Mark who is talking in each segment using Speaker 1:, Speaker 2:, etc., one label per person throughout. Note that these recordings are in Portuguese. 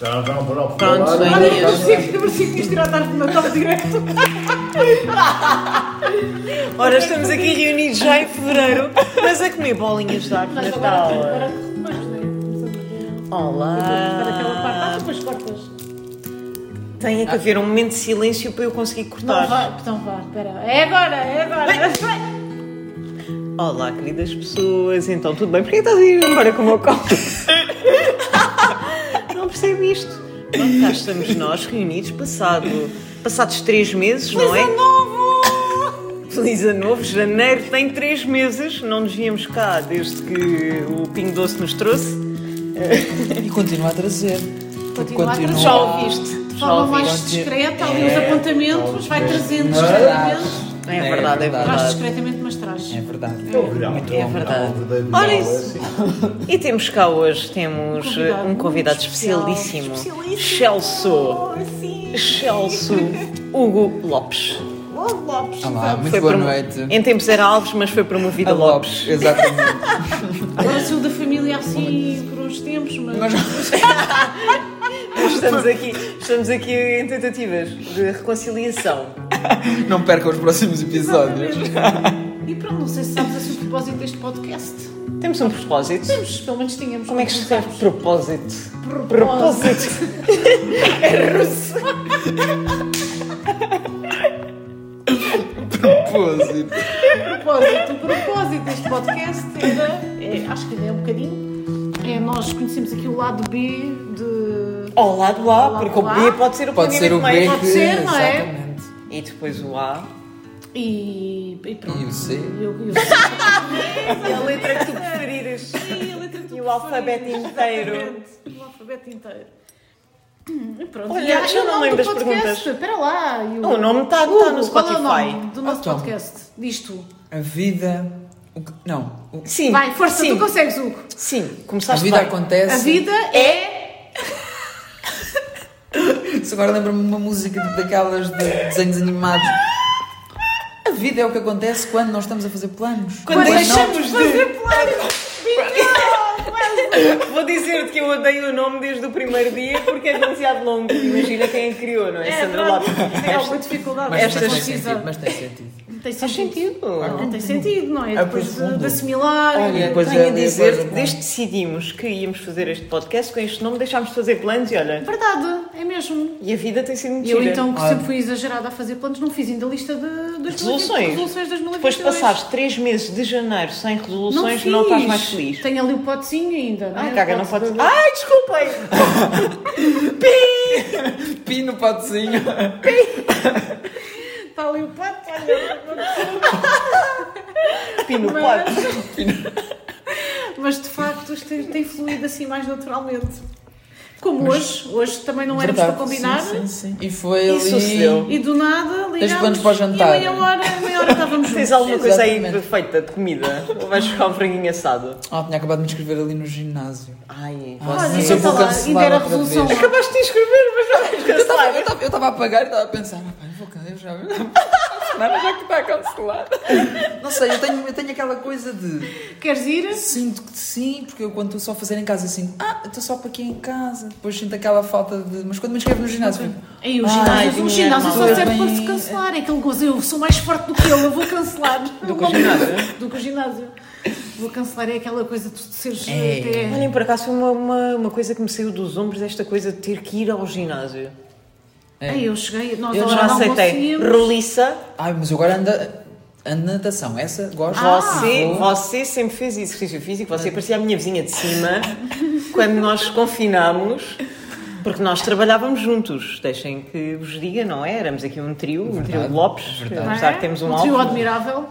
Speaker 1: Já não vão para o
Speaker 2: Pronto,
Speaker 1: para o
Speaker 2: bem.
Speaker 1: ar.
Speaker 3: Olha, eu não consigo, eu não consigo me tirar a tarde do Natal direto.
Speaker 2: Ora, estamos aqui reunidos já em fevereiro, mas a comer bolinhas de árvore de
Speaker 3: Mas agora,
Speaker 2: Natal.
Speaker 3: agora corremos, né? Começamos a- Cortar aquela parte, ah,
Speaker 2: Olá!
Speaker 3: depois cortas.
Speaker 2: Tem que haver um momento de silêncio para eu conseguir
Speaker 3: Não
Speaker 2: cortar.
Speaker 3: vai, então vá, espera. É agora, é agora. Vai.
Speaker 2: Olá, queridas pessoas, então tudo bem? Porquê estás a ir embora com o meu copo? Não percebo isto. Pronto, cá estamos nós reunidos, passado, passados três meses, não é?
Speaker 3: Coisa novo!
Speaker 2: Feliz ano novo, janeiro tem três meses, não nos viemos cá desde que o Pingo Doce nos trouxe.
Speaker 4: E continua a trazer.
Speaker 3: Continua a trazer.
Speaker 2: Já ouviste?
Speaker 3: De
Speaker 2: Já
Speaker 3: forma
Speaker 2: ouviste?
Speaker 3: mais discreta, ali os apontamentos, vai trazendo
Speaker 4: Mas
Speaker 3: discretamente.
Speaker 2: É verdade, é
Speaker 3: Traz
Speaker 2: verdade.
Speaker 3: discretamente, mas traz.
Speaker 4: É verdade.
Speaker 1: É o verão.
Speaker 2: É verdade.
Speaker 1: O verão,
Speaker 2: Olha
Speaker 1: é
Speaker 2: isso.
Speaker 1: assim.
Speaker 2: E temos cá hoje, temos
Speaker 3: Um convidado
Speaker 2: um convidado
Speaker 3: muito especial.
Speaker 2: especialíssimo.
Speaker 3: Especialíssimo.
Speaker 2: Celso.
Speaker 3: Sim.
Speaker 2: Celso Hugo Lopes.
Speaker 3: Olá, Lopes.
Speaker 4: Olá, Ah, muito
Speaker 2: Foi
Speaker 4: boa
Speaker 2: promo-
Speaker 4: noite.
Speaker 2: Em tempos era Alves, mas foi promovido
Speaker 4: A
Speaker 2: a Lopes.
Speaker 4: Exatamente.
Speaker 3: Agora saiu da família assim por uns tempos, mas.
Speaker 2: Estamos aqui, estamos aqui em tentativas de reconciliação.
Speaker 4: Não percam os próximos episódios.
Speaker 3: Exatamente. E pronto, não sei se sabes assim o propósito deste podcast.
Speaker 2: Temos um propósito.
Speaker 3: Temos, pelo menos tínhamos. um
Speaker 2: Como é que se escreve propósito?
Speaker 3: Propósito.
Speaker 4: Propósito.
Speaker 3: propósito, o propósito deste podcast era, é, acho que ainda é um bocadinho, é nós conhecemos aqui o lado B de.
Speaker 2: Ao lado A,
Speaker 3: lado
Speaker 2: porque o
Speaker 3: A.
Speaker 2: B pode ser o
Speaker 4: Pode ser o
Speaker 2: planeamento
Speaker 4: B.
Speaker 2: mais-
Speaker 3: Pode ser, não é?
Speaker 4: Exatamente.
Speaker 2: E depois o A.
Speaker 3: E, e pronto.
Speaker 4: E o C?
Speaker 3: Eu, eu,
Speaker 2: E a letra
Speaker 3: é
Speaker 2: que tu
Speaker 3: tipo
Speaker 2: preferires.
Speaker 3: E a letra que tu
Speaker 2: E o alfabeto
Speaker 3: preferires,
Speaker 2: inteiro.
Speaker 3: exatamente, O alfabeto inteiro. Hum, e pronto.
Speaker 2: Olha,
Speaker 3: E há-
Speaker 2: já
Speaker 3: e o
Speaker 2: não
Speaker 3: nome
Speaker 2: lembro
Speaker 3: do
Speaker 2: as
Speaker 3: podcast?
Speaker 2: perguntas.
Speaker 3: Espera lá. e
Speaker 2: O nome tá- tá
Speaker 3: Hugo,
Speaker 2: no
Speaker 3: Qual é o nome
Speaker 2: Spotify.
Speaker 3: do nosso
Speaker 4: Ah, toma.
Speaker 3: podcast? Diz tu.
Speaker 4: A vida. o que- Não. o-
Speaker 2: Sim.
Speaker 3: Vai, força,
Speaker 2: sim.
Speaker 3: tu consegues, Hugo.
Speaker 2: Sim,
Speaker 4: A
Speaker 2: começaste
Speaker 4: vida
Speaker 2: bem.
Speaker 3: A
Speaker 4: acontece.
Speaker 3: vida é.
Speaker 4: Isso agora lembra-me de uma música daquelas de desenhos animados. A vida é o que acontece quando nós estamos a fazer planos.
Speaker 2: Quando
Speaker 4: nós
Speaker 2: deixamos
Speaker 3: de fazer planos.
Speaker 2: Vou dizer-te que eu odeio o nome desde o primeiro dia porque é demasiado longo. Imagina quem a criou, não é?
Speaker 3: É,
Speaker 2: Sandra
Speaker 3: pronto.
Speaker 2: Lopes.
Speaker 3: Tem alguma dificuldade.
Speaker 4: Mas, mas,
Speaker 3: esta
Speaker 4: tem
Speaker 3: pesquisa.
Speaker 4: sentido, mas Ah, tem sentido.
Speaker 3: Tem
Speaker 2: Faz sentido.
Speaker 3: Não tem sentido, não é?
Speaker 4: É
Speaker 3: Depois de,
Speaker 4: profundo.
Speaker 3: de assimilar.
Speaker 2: Olha,
Speaker 4: Depois
Speaker 2: tenho
Speaker 4: é-
Speaker 2: a dizer
Speaker 4: depois é
Speaker 2: que
Speaker 4: bom.
Speaker 2: desde que decidimos que íamos fazer este podcast com este nome, deixámos de fazer planos e olha.
Speaker 3: Verdade, é mesmo.
Speaker 2: E a vida tem sido muito
Speaker 3: E eu
Speaker 2: gira.
Speaker 3: então, que
Speaker 4: Olha.
Speaker 2: Ah.
Speaker 3: sempre fui exagerada a fazer planos, não fiz ainda a lista de, das
Speaker 2: Resoluções.
Speaker 3: resoluções das 2022.
Speaker 2: Depois de passares 3 meses de janeiro sem
Speaker 3: não,
Speaker 2: resoluções,
Speaker 3: fiz.
Speaker 2: não, estás mais feliz.
Speaker 3: Tenho ali o potezinho ainda. não é?
Speaker 2: Ai,
Speaker 3: O
Speaker 2: caga, não
Speaker 3: pote
Speaker 2: pode. Ah!
Speaker 3: de-
Speaker 2: Ai, desculpem!
Speaker 4: Pino potezinho.
Speaker 3: Está ali o pote, olha.
Speaker 2: Pino,
Speaker 3: Mas-
Speaker 2: pode.
Speaker 3: Mas de facto, isto tem, tem fluído assim mais naturalmente. Como hoje. Hoje também não éramos para
Speaker 4: Verdade,
Speaker 3: combinar.
Speaker 4: Sim, sim, sim. E foi
Speaker 2: E
Speaker 4: ali.
Speaker 2: sucedeu.
Speaker 3: E do nada ligámos.
Speaker 4: planos para o jantar?
Speaker 3: E meia hora, meia hora estávamos juntos.
Speaker 2: Tens alguma coisa aí
Speaker 4: Exatamente.
Speaker 2: feita de comida? Ou vais buscar um franguinho assado?
Speaker 4: Ah, tinha acabado de me inscrever ali no ginásio.
Speaker 2: Ai,
Speaker 4: Ah,
Speaker 3: Olha,
Speaker 4: Mas
Speaker 3: ainda
Speaker 4: eu vou
Speaker 3: está lá,
Speaker 4: cancelar
Speaker 3: ainda era a
Speaker 4: outra
Speaker 3: resolução.
Speaker 4: vez.
Speaker 3: lá.
Speaker 2: Acabaste de inscrever, mas já vais
Speaker 4: Eu
Speaker 2: cancelar.
Speaker 4: estava- Eu estava a pagar e estava a pensar, "Ah, pá, eu vou cancelar, eu já vi. Semana já que está a cancelar. Não sei, eu tenho, eu tenho aquela coisa de
Speaker 3: Queres ir?
Speaker 4: sinto que sim, porque eu quando estou só a fazer em casa, eu sinto, ah, eu estou só para aqui em casa. Depois sinto aquela falta de. Mas quando me inscrevo no ginásio, fico,
Speaker 3: Aí o
Speaker 4: Ai,
Speaker 3: ginásio, o
Speaker 2: dinheiro,
Speaker 3: ginásio só
Speaker 4: tudo
Speaker 3: serve para
Speaker 4: bem.
Speaker 3: se cancelar. É aquele gozo, eu sou mais forte do que ele, eu vou cancelar. Do
Speaker 2: que o ginásio? é?
Speaker 3: Do que o ginásio. Vou cancelar, é aquela coisa de tu seres eh,
Speaker 4: É.
Speaker 3: até...
Speaker 2: Olhem, por acaso foi uma, uma, uma coisa que me saiu dos ombros, esta coisa de ter que ir ao ginásio.
Speaker 3: Aí eu cheguei, nós
Speaker 2: é. Eu
Speaker 3: agora
Speaker 2: já
Speaker 3: não
Speaker 2: aceitei.
Speaker 3: conseguimos.
Speaker 2: Roliça,
Speaker 4: ai, mas eu agora ando, ando na natação, essa gosto.
Speaker 3: Ah.
Speaker 2: Ah, você,
Speaker 4: vou.
Speaker 2: você sempre fez exercício físico, você parecia a minha vizinha de cima quando nós confinámos. Porque nós trabalhávamos juntos, deixem que vos diga, não é? Éramos aqui um trio, um trio de
Speaker 4: Verdade,
Speaker 2: Lopes,
Speaker 4: verdade.
Speaker 3: não é?
Speaker 2: apesar de termos um,
Speaker 3: um
Speaker 2: alvo.
Speaker 3: trio admirável.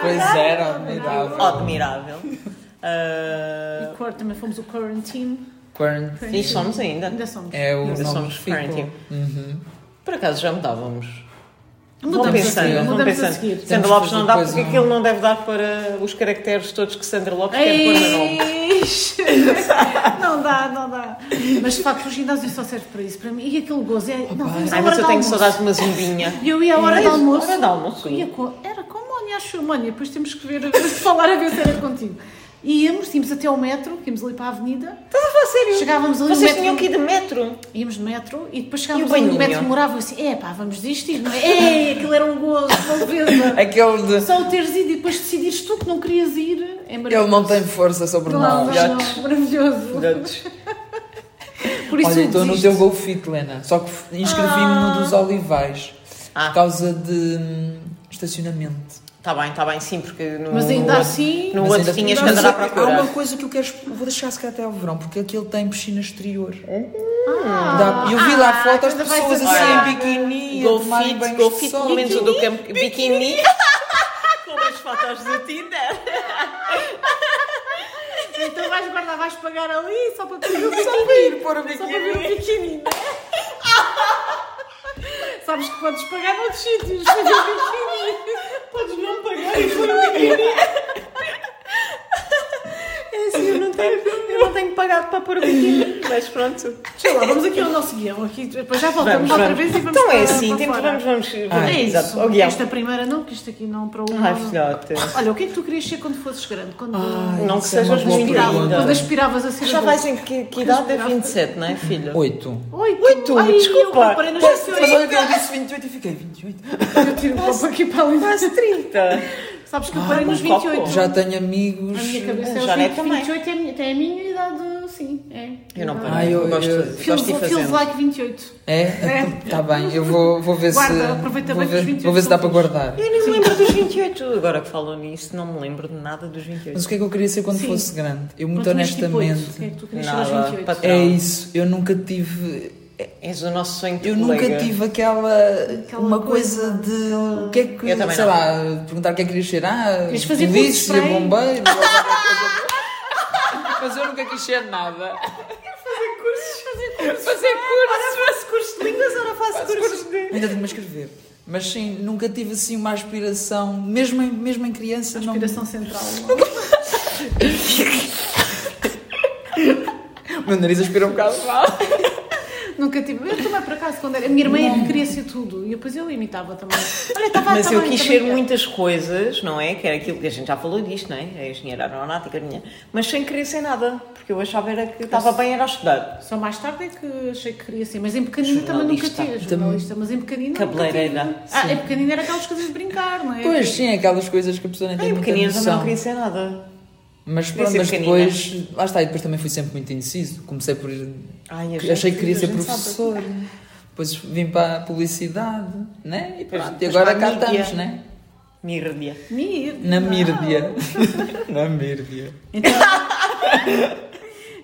Speaker 4: Pois era, admirável.
Speaker 2: admirável. Ah,
Speaker 3: E cor- também fomos o quarantine.
Speaker 4: Quarantine.
Speaker 2: e somos ainda.
Speaker 3: Ainda somos.
Speaker 4: É o
Speaker 2: Ainda
Speaker 4: nome
Speaker 2: somos
Speaker 4: que ficou.
Speaker 2: quarantine.
Speaker 4: Uhum.
Speaker 2: Por acaso já mudávamos. Vão
Speaker 3: Mudamos a
Speaker 2: pensando,
Speaker 3: seguir.
Speaker 2: vão
Speaker 3: Mudamos a
Speaker 2: pensando.
Speaker 3: seguir.
Speaker 2: Sandra
Speaker 4: Temos
Speaker 2: Lopes
Speaker 4: que fazer
Speaker 2: não dá
Speaker 4: depois
Speaker 2: porque
Speaker 4: um-
Speaker 2: aquilo não deve dar para os caracteres todos que é Sandra Lopes quer pôr na nome.
Speaker 3: Eis! Não dá, não dá. Mas de facto o ginásio só serve para isso, para mim. E aquele gozo é. Não, vamos à
Speaker 2: Ai,
Speaker 3: hora
Speaker 2: mas
Speaker 3: de
Speaker 2: eu tenho
Speaker 3: almoço.
Speaker 2: saudades de uma zumbinha.
Speaker 3: E Eu ia à hora de
Speaker 2: Mas,
Speaker 3: almoço.
Speaker 2: hora de almoço.
Speaker 3: Ia com- Era com a Mónia, acho eu. Mónia, depois temos que ver, falar a ver se era contigo. E íamos, íamos até ao metro, íamos ali para a avenida,
Speaker 2: Estás a falar sério?
Speaker 3: Chegávamos ali no
Speaker 2: Vocês
Speaker 3: metro-
Speaker 2: tinham que ir de metro.
Speaker 3: íamos de metro e depois
Speaker 2: E
Speaker 3: chegávamos
Speaker 2: o
Speaker 3: ali no
Speaker 2: banhinho?
Speaker 3: metro e moravam assim, é pá, vamos disto e não é, é, aquilo era um gozo, uma leveza.
Speaker 4: Aquele de.
Speaker 3: Só o teres ido e depois decidires tu que não querias ir, é maravilhoso.
Speaker 4: Ele não tem força sobre
Speaker 3: Não, não,
Speaker 4: nós.
Speaker 3: não, maravilhoso. Por isso
Speaker 4: Olha,
Speaker 3: eu
Speaker 4: estou no
Speaker 3: desisto.
Speaker 4: teu golfito, Lena. Só que inscrevi-me no dos Olivais.
Speaker 2: Ah.
Speaker 4: Por causa de hum, estacionamento.
Speaker 2: Está bem, está bem, sim, porque no.
Speaker 3: Mas ainda
Speaker 2: no-
Speaker 3: assim,
Speaker 2: No
Speaker 4: Mas
Speaker 2: outro
Speaker 4: ainda-
Speaker 2: tinhas que
Speaker 4: Mas
Speaker 2: andar à
Speaker 4: há-
Speaker 2: procura.
Speaker 4: é Há uma coisa que eu quero. Vou deixar se calhar até ao verão, porque aquele tem piscina exterior.
Speaker 3: Ah,
Speaker 4: Dá- eu vi lá
Speaker 3: ah,
Speaker 4: fotos de
Speaker 3: ainda vais
Speaker 4: pessoas assim
Speaker 3: adorar.
Speaker 4: em biquíni. a tomarem
Speaker 2: Golfite,
Speaker 4: banhos de
Speaker 2: golfite,
Speaker 4: sol.
Speaker 2: pelo menos o do campo. Biquíni. Com as fotos do Tinder.
Speaker 3: Então vais guardar, vais pagar ali só para ter o
Speaker 4: Só para ir pôr
Speaker 3: Só
Speaker 4: o
Speaker 3: para ver
Speaker 4: biquíni.
Speaker 3: o biquíni, não é? Sabes que podes pagar noutros sítios, fazer o biquíni. Podes não pagar e pôr o biquíni. É assim, eu não tenho, eu não tenho pagado para pôr o biquíni.
Speaker 2: Mas pronto.
Speaker 3: Sei lá, vamos aqui ao nosso guião. Aqui, depois já voltamos
Speaker 2: Vamos,
Speaker 3: outra
Speaker 2: vamos.
Speaker 3: vez e vamos
Speaker 2: Então é
Speaker 3: para-
Speaker 2: assim,
Speaker 3: para
Speaker 2: temos,
Speaker 3: fora.
Speaker 2: vamos, vamos. vamos
Speaker 4: Ah,
Speaker 3: É
Speaker 2: exato.
Speaker 3: isso.
Speaker 2: Ao guião.
Speaker 3: Esta primeira não, que isto aqui não para um
Speaker 2: Ai,
Speaker 3: não.
Speaker 2: filhote.
Speaker 3: Olha, o que é que tu querias ser quando fosses grande? Quando
Speaker 4: Ai,
Speaker 2: Não
Speaker 4: isso
Speaker 2: que
Speaker 4: é uma
Speaker 2: sejas
Speaker 4: boa
Speaker 2: muito
Speaker 3: aspirava-
Speaker 2: linda.
Speaker 3: quando
Speaker 4: pergunta.
Speaker 3: aspiravas a ser
Speaker 2: Já
Speaker 3: adulto?
Speaker 2: vais em que, que idade? É 27, não é, filho?
Speaker 4: Oito.
Speaker 3: Oito!
Speaker 2: Oito,
Speaker 3: Ai, Eu
Speaker 2: desculpa.
Speaker 3: reparei nos
Speaker 2: Pois,
Speaker 3: teus
Speaker 4: Mas olha
Speaker 3: olhos.
Speaker 4: que eu disse 28 e fiquei 28.
Speaker 3: Eu tiro o copo aqui para ali.
Speaker 2: Quase 30.
Speaker 3: Sabes que eu parei
Speaker 2: um
Speaker 3: nos
Speaker 2: copo.
Speaker 3: 28.
Speaker 4: Já tenho amigos.
Speaker 3: A minha cabeça
Speaker 2: Já
Speaker 3: é
Speaker 2: nem
Speaker 3: os 20,
Speaker 2: também.
Speaker 3: 28, é a minha, tem a minha idade, sim. É.
Speaker 2: Eu não
Speaker 3: Idade.
Speaker 2: paro.
Speaker 4: Ai, eu-
Speaker 2: gosto,
Speaker 4: eu-
Speaker 2: gosto
Speaker 3: Feels,
Speaker 2: de ir
Speaker 3: feels
Speaker 2: fazendo.
Speaker 3: like 28.
Speaker 4: É? Então, Tá bem, eu vou, vou ver se.
Speaker 3: Guarda, aproveita
Speaker 4: vou
Speaker 3: bem
Speaker 4: ver,
Speaker 3: os 28
Speaker 4: vou ver se dá para
Speaker 3: segundos.
Speaker 4: guardar.
Speaker 2: Eu nem me lembro dos 28. Agora que falam nisso, não me lembro de nada dos 28.
Speaker 4: Mas o que é que eu queria ser quando
Speaker 3: Sim.
Speaker 4: fosse grande? Eu, muito
Speaker 3: Mas tu és tipo
Speaker 4: honestamente.
Speaker 3: oito. O que é que tu querias ser aos
Speaker 2: Nada.
Speaker 3: 28?
Speaker 4: É
Speaker 2: Não.
Speaker 4: isso, eu nunca tive.
Speaker 2: És o nosso sonho de
Speaker 4: Eu nunca
Speaker 2: colega.
Speaker 4: tive aquela.
Speaker 3: Aquela
Speaker 4: uma
Speaker 3: coisa.
Speaker 4: coisa de. O que é que.
Speaker 2: Eu também
Speaker 4: sei
Speaker 2: não.
Speaker 4: lá, perguntar o que é que querias ser. Ah,
Speaker 3: Queres fazer pulso
Speaker 4: polícia,
Speaker 3: de spray?
Speaker 4: bombeiro. ou qualquer coisa. Mas eu nunca quis ser nada.
Speaker 2: Fazer curso. Ora faço curso de línguas, ora faço curso de...
Speaker 4: Ainda tenho-me a escrever. Mas sim, nunca tive assim uma aspiração, mesmo em, mesmo em criança, não.
Speaker 3: Inspiração central.
Speaker 4: Meu nariz aspira um bocado mal.
Speaker 3: Nunca tive. Eu também, por acaso, quando era. A minha irmã é que queria ser tudo. E depois eu imitava também. Olha, estava
Speaker 2: Mas eu
Speaker 3: também,
Speaker 2: quis
Speaker 3: também
Speaker 2: ser muitas coisas, não é? Que era aquilo que a gente já falou disto, não é? A engenheira aeronáutica, a minha. Mas sem querer ser nada, porque eu achava era que estava bem era a estudar.
Speaker 3: Só mais tarde é que achei que queria ser, mas em pequenino também nunca
Speaker 2: Jornalista.
Speaker 3: tive. Jornalista, mas em pequenino nunca
Speaker 2: Cabeleireira,
Speaker 3: tive. Ah, em pequenino era aquelas coisas de brincar, não é?
Speaker 4: Pois sim, aquelas coisas que a pessoa nem tem
Speaker 2: Em
Speaker 4: muita
Speaker 2: pequenina um também não
Speaker 4: noção.
Speaker 2: queria ser nada.
Speaker 4: Mas
Speaker 2: Queria
Speaker 4: pronto,
Speaker 2: ser
Speaker 4: mas
Speaker 2: pequenina.
Speaker 4: depois. Lá está, e depois também fui sempre muito indeciso. Comecei por.
Speaker 2: Ai, a
Speaker 4: que-
Speaker 2: gente-
Speaker 4: achei que queria
Speaker 2: a
Speaker 4: ser
Speaker 2: gente sabe.
Speaker 4: professor. Depois vim para a publicidade, né? E pronto, e
Speaker 2: Depois
Speaker 4: agora
Speaker 2: para
Speaker 4: cá
Speaker 2: a mídia.
Speaker 4: estamos, né?
Speaker 2: Mírdia.
Speaker 3: Mir.
Speaker 4: Na
Speaker 3: não. é?
Speaker 4: Mírdia. Na Mírdia.
Speaker 3: Então,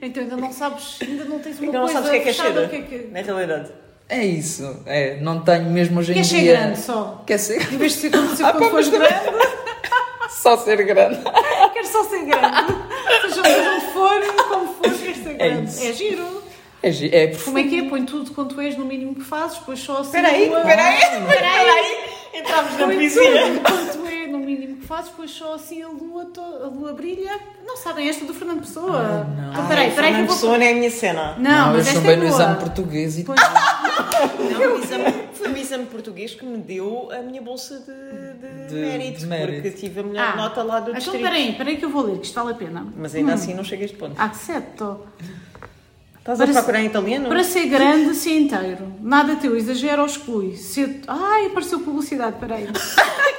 Speaker 3: então ainda não sabes, ainda não tens uma
Speaker 2: Ainda não
Speaker 3: coisa
Speaker 2: sabes o que é que é
Speaker 3: fechada,
Speaker 2: ser,
Speaker 3: o que é que...
Speaker 2: na realidade.
Speaker 4: É isso. É, não tenho mesmo hoje em
Speaker 3: Quer
Speaker 4: dia.
Speaker 3: ser é grande só.
Speaker 4: Quer ser?
Speaker 3: Em vez de ser como se
Speaker 4: Ah,
Speaker 3: quando
Speaker 4: pá,
Speaker 3: fores
Speaker 4: mas
Speaker 3: grande,
Speaker 4: Só ser grande.
Speaker 3: queres só ser grande. Seja onde for, como for, queres ser grande.
Speaker 4: isso.
Speaker 3: É, giro.
Speaker 4: É, gi- é
Speaker 3: Como é que é? Põe tudo quanto és no mínimo que fazes, depois só assim...
Speaker 2: Espera aí,
Speaker 3: uma-
Speaker 2: espera aí, espera aí. Entramos na
Speaker 3: Põe
Speaker 2: piscina.
Speaker 3: tudo Quanto é, no mínimo que fazes, depois só assim a lua, to- a lua brilha. Não sabem, esta do Fernando Pessoa.
Speaker 2: Ah,
Speaker 4: não.
Speaker 3: Então, peraí, peraí que eu
Speaker 2: Fernando
Speaker 3: vou...
Speaker 2: Pessoa não é a minha cena.
Speaker 3: Não, mas
Speaker 4: eu
Speaker 3: esta
Speaker 4: chumbei
Speaker 3: é
Speaker 4: no
Speaker 3: boa.
Speaker 4: exame português e
Speaker 3: Pois,
Speaker 2: Não, o exame- foi o exame português que me deu a minha bolsa de, de,
Speaker 4: De-
Speaker 2: mérito,
Speaker 4: de mérito.
Speaker 2: porque tive a melhor
Speaker 3: Ah,
Speaker 2: nota lá do
Speaker 3: Então,
Speaker 2: distrito.
Speaker 3: peraí, peraí que eu vou ler, que isto vale a pena.
Speaker 2: Mas ainda assim não chega a este ponto.
Speaker 3: Accepto.
Speaker 2: Estás
Speaker 3: Para
Speaker 2: a procurar em italiano?
Speaker 3: Para ser grande, ser inteiro. Nada teu, exagero ou exclui. Ser... Ai, apareceu publicidade, peraí.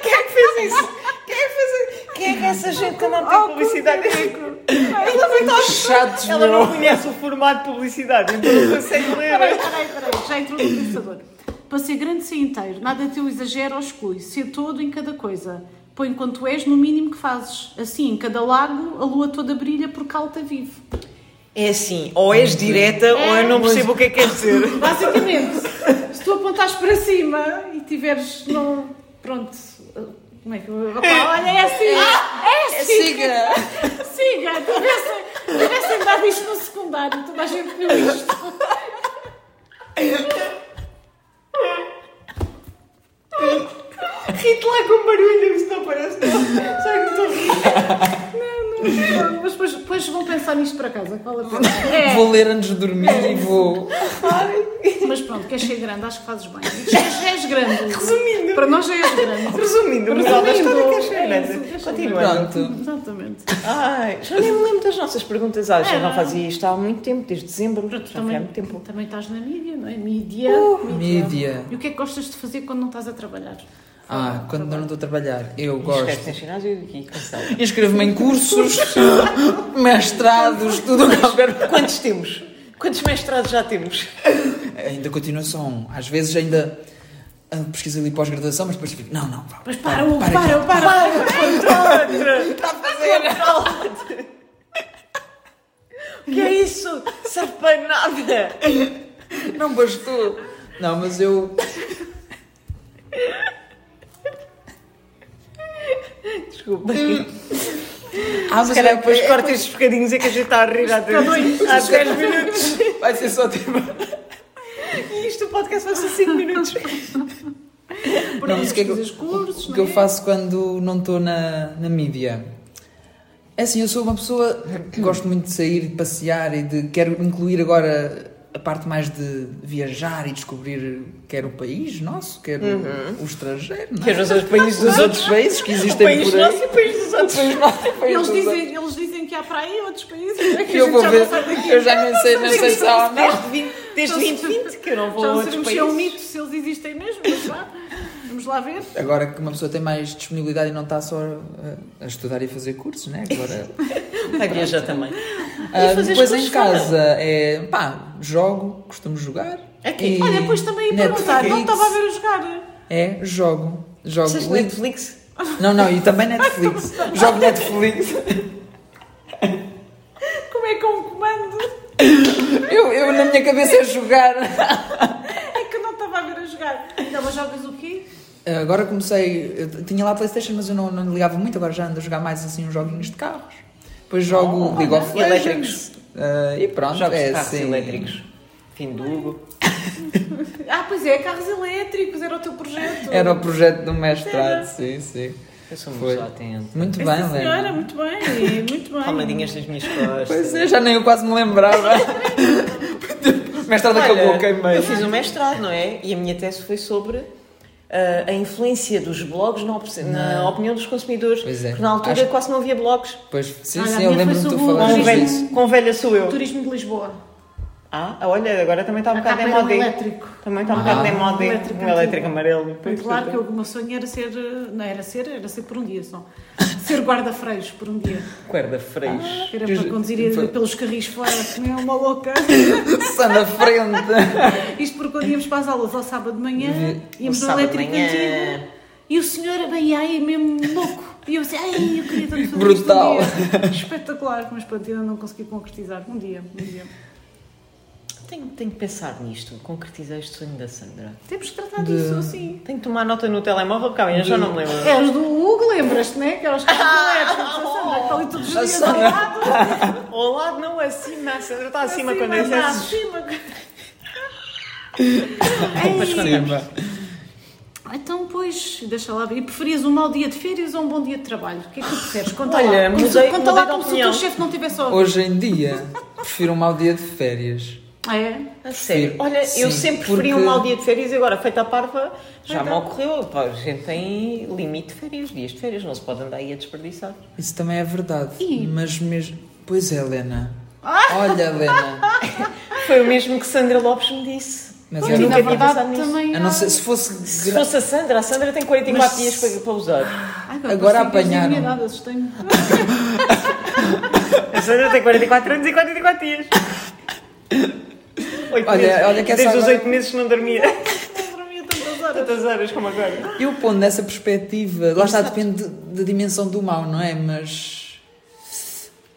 Speaker 2: Quem é que fez isso? Quem é que fez isso? Quem é que é essa gente que não tem
Speaker 3: Oh,
Speaker 2: publicidade?
Speaker 3: Peraí,
Speaker 2: Ela foi tão
Speaker 4: Chatos,
Speaker 2: Ela não
Speaker 4: meu.
Speaker 2: conhece o formato de publicidade, então não consegue ler.
Speaker 3: peraí, peraí, já entrou no pensador. Para ser grande, ser inteiro. Nada teu, exagero ou exclui. Ser todo em cada coisa. Põe quanto és no mínimo que fazes. Assim, em cada lago, a lua toda brilha porque alta vive.
Speaker 2: É assim, ou és direta ou eu não percebo o que é que quer dizer.
Speaker 3: Basicamente, se tu apontares para cima e tiveres. Não, pronto. Como é que eu. Opa, olha, é assim! É assim!
Speaker 4: Siga!
Speaker 3: Siga! Tivessem, tivessem dado isto no secundário, toda a gente viu isto.
Speaker 2: Rite lá com barulho, isso não parece. Só que estou a rir.
Speaker 3: Não, não, Mas depois, É. depois vão pensar nisto para casa, que vale a pena. É,
Speaker 4: Vou ler antes de dormir e vou.
Speaker 3: mas mas pronto, queres ser grande, acho que fazes bem. Já és, já és grande.
Speaker 2: Resumindo.
Speaker 3: Para nós já és grande.
Speaker 2: Resumindo, o moral da história quer ser
Speaker 3: é isso,
Speaker 2: grande.
Speaker 3: quer ser
Speaker 2: Continuando.
Speaker 3: grande.
Speaker 4: Pronto.
Speaker 3: Exatamente.
Speaker 2: Ai, já nem me lembro das nossas perguntas. Ah, já
Speaker 3: É,
Speaker 2: não
Speaker 3: não.
Speaker 2: fazia isto há muito tempo, desde dezembro. Já foi há
Speaker 3: Também,
Speaker 2: muito tempo.
Speaker 3: também estás na mídia, não é? Mídia.
Speaker 4: Mídia.
Speaker 3: E o que é que gostas de fazer quando não estás a trabalhar?
Speaker 4: Ah, quando eu não estou a trabalhar, eu
Speaker 2: Esquece, tem
Speaker 4: gosto.
Speaker 2: ginásio e aqui, cancela.
Speaker 4: Inscrevo-me em cursos, mestrados, tudo o que qualquer
Speaker 2: Quantos temos? Quantos mestrados já temos?
Speaker 4: Ainda continuação. Às vezes ainda ah, pesquiso ali pós-graduação, mas depois fico, não, não, vá.
Speaker 3: Mas para, Hugo,
Speaker 4: Para,
Speaker 3: para, para, para.
Speaker 4: Está a fazer.
Speaker 2: O que é isso? Serve para nada!
Speaker 4: Não bastou. Não, mas eu.
Speaker 2: Desculpa.
Speaker 4: Ah,
Speaker 2: Se
Speaker 4: mas
Speaker 2: calhar
Speaker 4: eu-
Speaker 2: é depois corta estes bocadinhos é que a gente está a rir há dois- há 10 minutos.
Speaker 4: Vai ser só tipo.
Speaker 2: E isto o podcast vai ser 5 minutos.
Speaker 3: Por
Speaker 4: Não,
Speaker 3: aí
Speaker 4: mas o que é que eu-
Speaker 3: pesquisas cursos,
Speaker 4: O que
Speaker 3: não
Speaker 4: eu
Speaker 3: é?
Speaker 4: faço quando não estou na, na mídia? É assim, eu sou uma pessoa que gosto muito de sair, de passear e de. Quero incluir agora a parte mais de viajar e descobrir quer o país nosso, quer o-
Speaker 3: Uhum.
Speaker 4: o estrangeiro, não é?
Speaker 2: Quer dizer, os países dos outros
Speaker 4: outros países que
Speaker 2: O
Speaker 4: existem
Speaker 2: país
Speaker 4: por
Speaker 2: nosso
Speaker 4: aí.
Speaker 2: e o país dos outros.
Speaker 3: Eles dizem, eles dizem que há para aí outros países. É que a
Speaker 4: eu
Speaker 3: gente
Speaker 4: vou
Speaker 3: já
Speaker 4: ver,
Speaker 3: não sai daqui.
Speaker 4: eu já nem sei, não sei se há ou não.
Speaker 2: Desde 20, desde 2020 que eu não vou
Speaker 3: Já
Speaker 2: a
Speaker 3: não
Speaker 2: outros
Speaker 3: sabemos se é um
Speaker 2: países.
Speaker 3: mito, se eles existem mesmo, mas vá. Vamos lá ver.
Speaker 4: Agora que uma pessoa tem mais disponibilidade e não está só eh, a- a estudar e a fazer cursos, né? Agora.
Speaker 2: A viajar também.
Speaker 4: Ah,
Speaker 3: fazer
Speaker 4: depois
Speaker 3: escolhas
Speaker 4: em casa é pá, jogo, costumo jogar.
Speaker 2: Aqui.
Speaker 4: E
Speaker 3: É Olha, depois também ia
Speaker 4: É Netflix.
Speaker 3: perguntar. Não estava a ver a jogar.
Speaker 4: É, jogo. Jogo.
Speaker 2: Vocês
Speaker 4: Li-
Speaker 2: Netflix?
Speaker 4: Não, não, e também Netflix. jogo Netflix.
Speaker 3: Como é que é um comando?
Speaker 4: Eu, eu na minha cabeça é jogar.
Speaker 3: É que eu não estava a ver a jogar. Então, mas jogas o quê?
Speaker 4: Ah, Agora comecei. eu t- tinha lá Playstation, mas eu não, não ligava muito, agora já ando a jogar mais assim uns joguinhos de carros. Depois
Speaker 3: Oh,
Speaker 4: jogo League of
Speaker 2: olha,
Speaker 4: Legends.
Speaker 2: elétricos.
Speaker 4: Ah, e pronto,
Speaker 2: Jogos
Speaker 4: é
Speaker 2: de carros
Speaker 4: assim.
Speaker 2: elétricos. Fim do Hugo.
Speaker 3: Ah, pois é, carros elétricos, era o teu projeto.
Speaker 4: Era o projeto do mestrado,
Speaker 3: Era.
Speaker 4: sim, sim.
Speaker 2: Eu sou uma
Speaker 4: Foi.
Speaker 2: pessoa atenta.
Speaker 4: Muito
Speaker 3: Sim,
Speaker 4: bem,
Speaker 3: senhora,
Speaker 4: Léo.
Speaker 3: muito bem, muito bem.
Speaker 2: Palmadinhas nas minhas costas.
Speaker 4: Pois é, já nem eu quase me lembrava. mestrado acabou,
Speaker 2: Olha,
Speaker 4: queimei.
Speaker 2: Eu fiz um mestrado, não é? E a minha tese foi sobre ah, a influência dos blogs na, op- na opinião dos consumidores.
Speaker 4: Pois é.
Speaker 2: Porque na altura
Speaker 4: Acho-
Speaker 2: quase não havia blogs.
Speaker 4: Pois, sim,
Speaker 3: Olha, a
Speaker 4: sim, eu
Speaker 3: minha
Speaker 4: lembro-me de
Speaker 3: foi
Speaker 4: tu
Speaker 3: sobre o
Speaker 4: falares
Speaker 2: Com
Speaker 3: Pois
Speaker 2: velha,
Speaker 4: disso.
Speaker 2: com velha sou eu.
Speaker 3: Turismo de Lisboa.
Speaker 2: Ah, olha, agora também está um
Speaker 3: A
Speaker 2: bocado
Speaker 3: capa
Speaker 2: em
Speaker 3: era um
Speaker 2: moda.
Speaker 3: elétrico.
Speaker 2: Também está um bocado
Speaker 4: Ah.
Speaker 2: em moda.
Speaker 3: Um elétrico
Speaker 2: Um elétrico
Speaker 3: antigo.
Speaker 2: amarelo.
Speaker 3: Claro que eu- o meu sonho era ser. eh, Não era ser, era ser por um dia só. Ser guarda-freios por um dia.
Speaker 2: Cuerda freixo.
Speaker 3: Era
Speaker 4: Pois,
Speaker 3: para conduzir
Speaker 4: foi-
Speaker 3: pelos carris fora, como é uma louca.
Speaker 4: Só na frente.
Speaker 3: Isto porque quando íamos para as aulas ao sábado de manhã, íamos
Speaker 2: No
Speaker 3: no
Speaker 2: sábado de
Speaker 3: elétrico
Speaker 2: manhã.
Speaker 3: antigo e o senhor, é bem, ai, mesmo louco. E eu disse, ai, eu queria tanto fazer
Speaker 4: Brutal.
Speaker 3: isto um dia. Espetacular, mas pronto, ainda não consegui concretizar. Um dia, um dia.
Speaker 2: Ah, Tenho, tenho que pensar nisto. Concretizar este sonho da Sandra.
Speaker 3: Temos que tratar disso assim.
Speaker 2: Tenho que tomar nota no telemóvel porque amanhã já não me lembro.
Speaker 3: É os do Hugo, lembras-te, né? Que eram os carros elétricos. A Sandra que está ali todos os dias ao lado.
Speaker 2: Ao lado, não acima. A Sandra está acima,
Speaker 3: Acima,
Speaker 2: quando é
Speaker 3: está
Speaker 2: isso.
Speaker 3: acima.
Speaker 2: Depois contamos.
Speaker 3: Então, pois, deixa lá ver. E preferias um mau dia de férias ou um bom dia de trabalho? O que é que tu preferes? Conta
Speaker 2: Olha,
Speaker 3: lá. Como se-
Speaker 2: mudei-
Speaker 3: conta
Speaker 2: mudei
Speaker 3: lá
Speaker 2: de
Speaker 3: como se o
Speaker 2: opinião.
Speaker 3: teu chefe não tivesse ouvido.
Speaker 4: Hoje em dia, prefiro um mau dia de férias.
Speaker 3: Ah, é?
Speaker 2: A sério, olha,
Speaker 4: Sim,
Speaker 2: eu sempre preferi
Speaker 4: porque-
Speaker 2: um mau dia de férias e agora, feita a parva, já
Speaker 3: Então.
Speaker 2: me ocorreu. Pá, a gente tem limite de férias, dias de férias, não se pode andar aí a desperdiçar.
Speaker 4: Isso também é verdade.
Speaker 3: Ih.
Speaker 4: Mas mesmo. Pois é, Helena.
Speaker 3: Ah.
Speaker 4: Olha, Helena.
Speaker 2: Foi o mesmo que Sandra Lopes me disse.
Speaker 4: Mas
Speaker 2: Eu
Speaker 4: era-
Speaker 2: nunca
Speaker 3: na
Speaker 2: tinha pensado
Speaker 3: verdade,
Speaker 2: nisso.
Speaker 3: também
Speaker 4: A não
Speaker 3: há-
Speaker 4: ser se fosse.
Speaker 2: Se
Speaker 4: gra-
Speaker 2: fosse a Sandra, a Sandra tem 44
Speaker 4: Mas-
Speaker 2: dias para, para usar.
Speaker 3: Ai,
Speaker 4: Agora
Speaker 3: consigo, mas
Speaker 4: apanharam.
Speaker 3: dignidade, assustei-me.
Speaker 2: A Sandra tem 44 anos e 44 dias. Oito
Speaker 4: Olha,
Speaker 2: meses.
Speaker 4: olha que essa
Speaker 2: Desde os
Speaker 4: agora-
Speaker 2: 8 meses que não dormia
Speaker 3: Não dormia tantas horas.
Speaker 2: tantas horas como agora.
Speaker 4: Eu pondo nessa perspectiva. Lá está, depende de- da dimensão do mal, não é? Mas.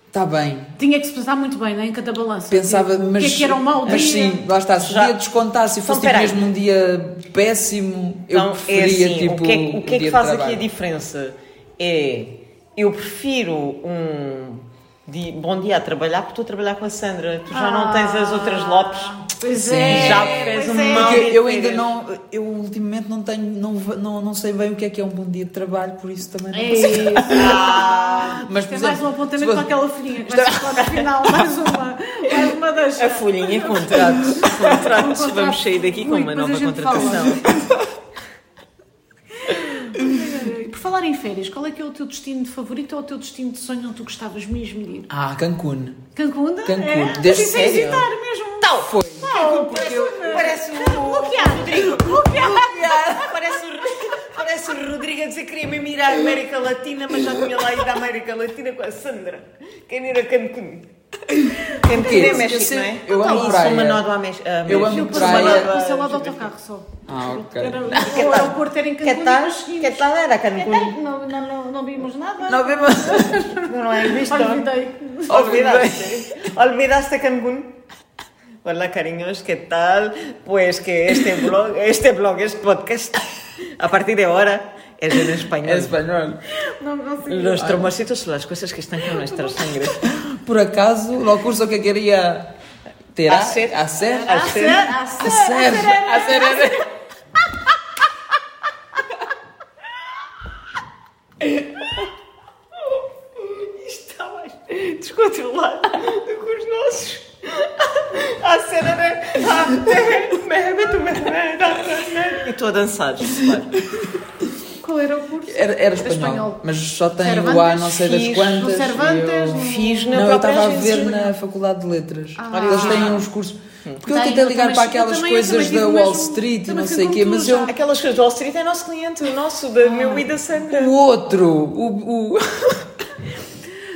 Speaker 4: Está bem.
Speaker 3: Tinha que se pensar muito bem, né? Em cada balança.
Speaker 4: Pensava,
Speaker 3: Tipo,
Speaker 4: mas.
Speaker 3: O que é que era um mau dia?
Speaker 4: Mas sim, lá está. Se
Speaker 2: Já-
Speaker 4: o dia descontasse e
Speaker 2: Então,
Speaker 4: fosse tipo,
Speaker 2: peraí.
Speaker 4: mesmo um dia péssimo, eu
Speaker 2: Então, é
Speaker 4: preferia
Speaker 2: assim,
Speaker 4: tipo.
Speaker 2: o que é, que- o que é
Speaker 4: um dia
Speaker 2: que
Speaker 4: de
Speaker 2: faz aqui a
Speaker 4: trabalho.
Speaker 2: diferença? É, eu prefiro um, di- bom dia a trabalhar, porque estou a trabalhar com a Sandra. Tu já não tens as outras Lopes.
Speaker 3: Pois
Speaker 4: Sim.
Speaker 3: é,
Speaker 2: Já fez
Speaker 3: pois
Speaker 2: um
Speaker 3: é.
Speaker 2: mal.
Speaker 4: Porque
Speaker 2: dia de
Speaker 4: eu ainda
Speaker 2: férias.
Speaker 4: não, eu ultimamente não tenho, não, va- não, não sei bem o que é que é um bom dia de trabalho, por isso também não
Speaker 3: É isso.
Speaker 4: Mas, por
Speaker 3: Tem
Speaker 4: exemplo,
Speaker 3: mais um apontamento
Speaker 4: se fosse-
Speaker 3: para aquela folhinha. que Vai ser só no final, mais uma. Mais uma deixa.
Speaker 2: A folhinha, contratos. contratos.
Speaker 3: contrato.
Speaker 2: Vamos sair daqui com
Speaker 3: Ui,
Speaker 2: uma
Speaker 3: depois a
Speaker 2: nova
Speaker 3: gente
Speaker 2: contratação.
Speaker 3: E Por falar em férias, qual é que é o teu destino de favorito ou o teu destino de sonho onde tu gostavas mesmo de ir?
Speaker 4: Ah, Cancún.
Speaker 3: Cancún? ainda?
Speaker 4: Cancún,
Speaker 3: É?
Speaker 4: desde
Speaker 3: Assim, sem
Speaker 4: sério?
Speaker 3: hesitar mesmo.
Speaker 2: Tal foi.
Speaker 3: Não,
Speaker 2: Parece um
Speaker 3: Bloqueado.
Speaker 2: Parece o, parece o Rodrigo a dizer que queria mesmo ir à América Latina, mas já tinha lá ido à América Latina com a Sandra. Quem era Cancún? Cancún é
Speaker 4: Eu
Speaker 2: México,
Speaker 4: sei-
Speaker 2: não é?
Speaker 4: eu amo
Speaker 2: Isso,
Speaker 4: praia.
Speaker 2: uma nódoa a Mex- a
Speaker 4: Eu
Speaker 2: México.
Speaker 4: amo
Speaker 3: Eu
Speaker 2: Uma
Speaker 3: passei lá-
Speaker 4: praia.
Speaker 2: nódoa-
Speaker 3: passei lá do autocarro só.
Speaker 4: Ah, ok.
Speaker 3: Era, o aeroporto era em Cancún.
Speaker 2: Que tal?
Speaker 3: mas
Speaker 2: Que tal era Cancún?
Speaker 3: Não, não, não, não vimos nada.
Speaker 4: Não vemos.
Speaker 2: Não é visto?
Speaker 3: Olvidei.
Speaker 2: Olvidaste. Olvidaste Cancún. Hola cariños, ¿qué tal? Pues que este blog, este blog, este podcast, a partir de ahora es en
Speaker 4: É
Speaker 2: español.
Speaker 4: espanhol.
Speaker 3: Não consegui.
Speaker 2: Los tromositos son las cosas que están con nuestra sangre.
Speaker 4: Por acaso, o curso que queria ter a
Speaker 2: Hacer.
Speaker 4: a ser,
Speaker 2: A ser.
Speaker 3: A ser, a
Speaker 4: hacer,
Speaker 3: ser, a
Speaker 4: hacer, hacer.
Speaker 2: Isto está mais descontrolado do que os nossos. A cena da. E estou a dançar, claro.
Speaker 3: Qual era o curso?
Speaker 4: Era, era espanhol,
Speaker 3: espanhol.
Speaker 4: mas só tem o A
Speaker 3: Cervantes,
Speaker 4: não sei das
Speaker 2: fiz,
Speaker 4: quantas.
Speaker 3: no Cervantes,
Speaker 4: e eu-
Speaker 3: no-
Speaker 2: Fiz na
Speaker 4: Não, eu
Speaker 2: própria
Speaker 4: estava a
Speaker 2: agência.
Speaker 4: ver na Faculdade de Letras.
Speaker 3: Ah. Hum.
Speaker 4: Eles têm uns cursos. Porque eu
Speaker 3: Tem,
Speaker 4: tentei
Speaker 3: eu
Speaker 4: ligar
Speaker 3: também-
Speaker 4: para
Speaker 3: eu
Speaker 4: aquelas
Speaker 3: também- eu
Speaker 4: coisas
Speaker 3: também
Speaker 4: da
Speaker 3: tive
Speaker 4: Wall
Speaker 3: mesmo-
Speaker 4: Street e
Speaker 3: também
Speaker 4: não
Speaker 3: fui
Speaker 4: sei o
Speaker 3: como
Speaker 4: quê,
Speaker 3: tu
Speaker 4: mas
Speaker 3: já.
Speaker 4: eu.
Speaker 2: Aquelas coisas do Wall Street é nosso cliente, o nosso, da meu e da Sandra.
Speaker 4: O outro, Ah. o. o-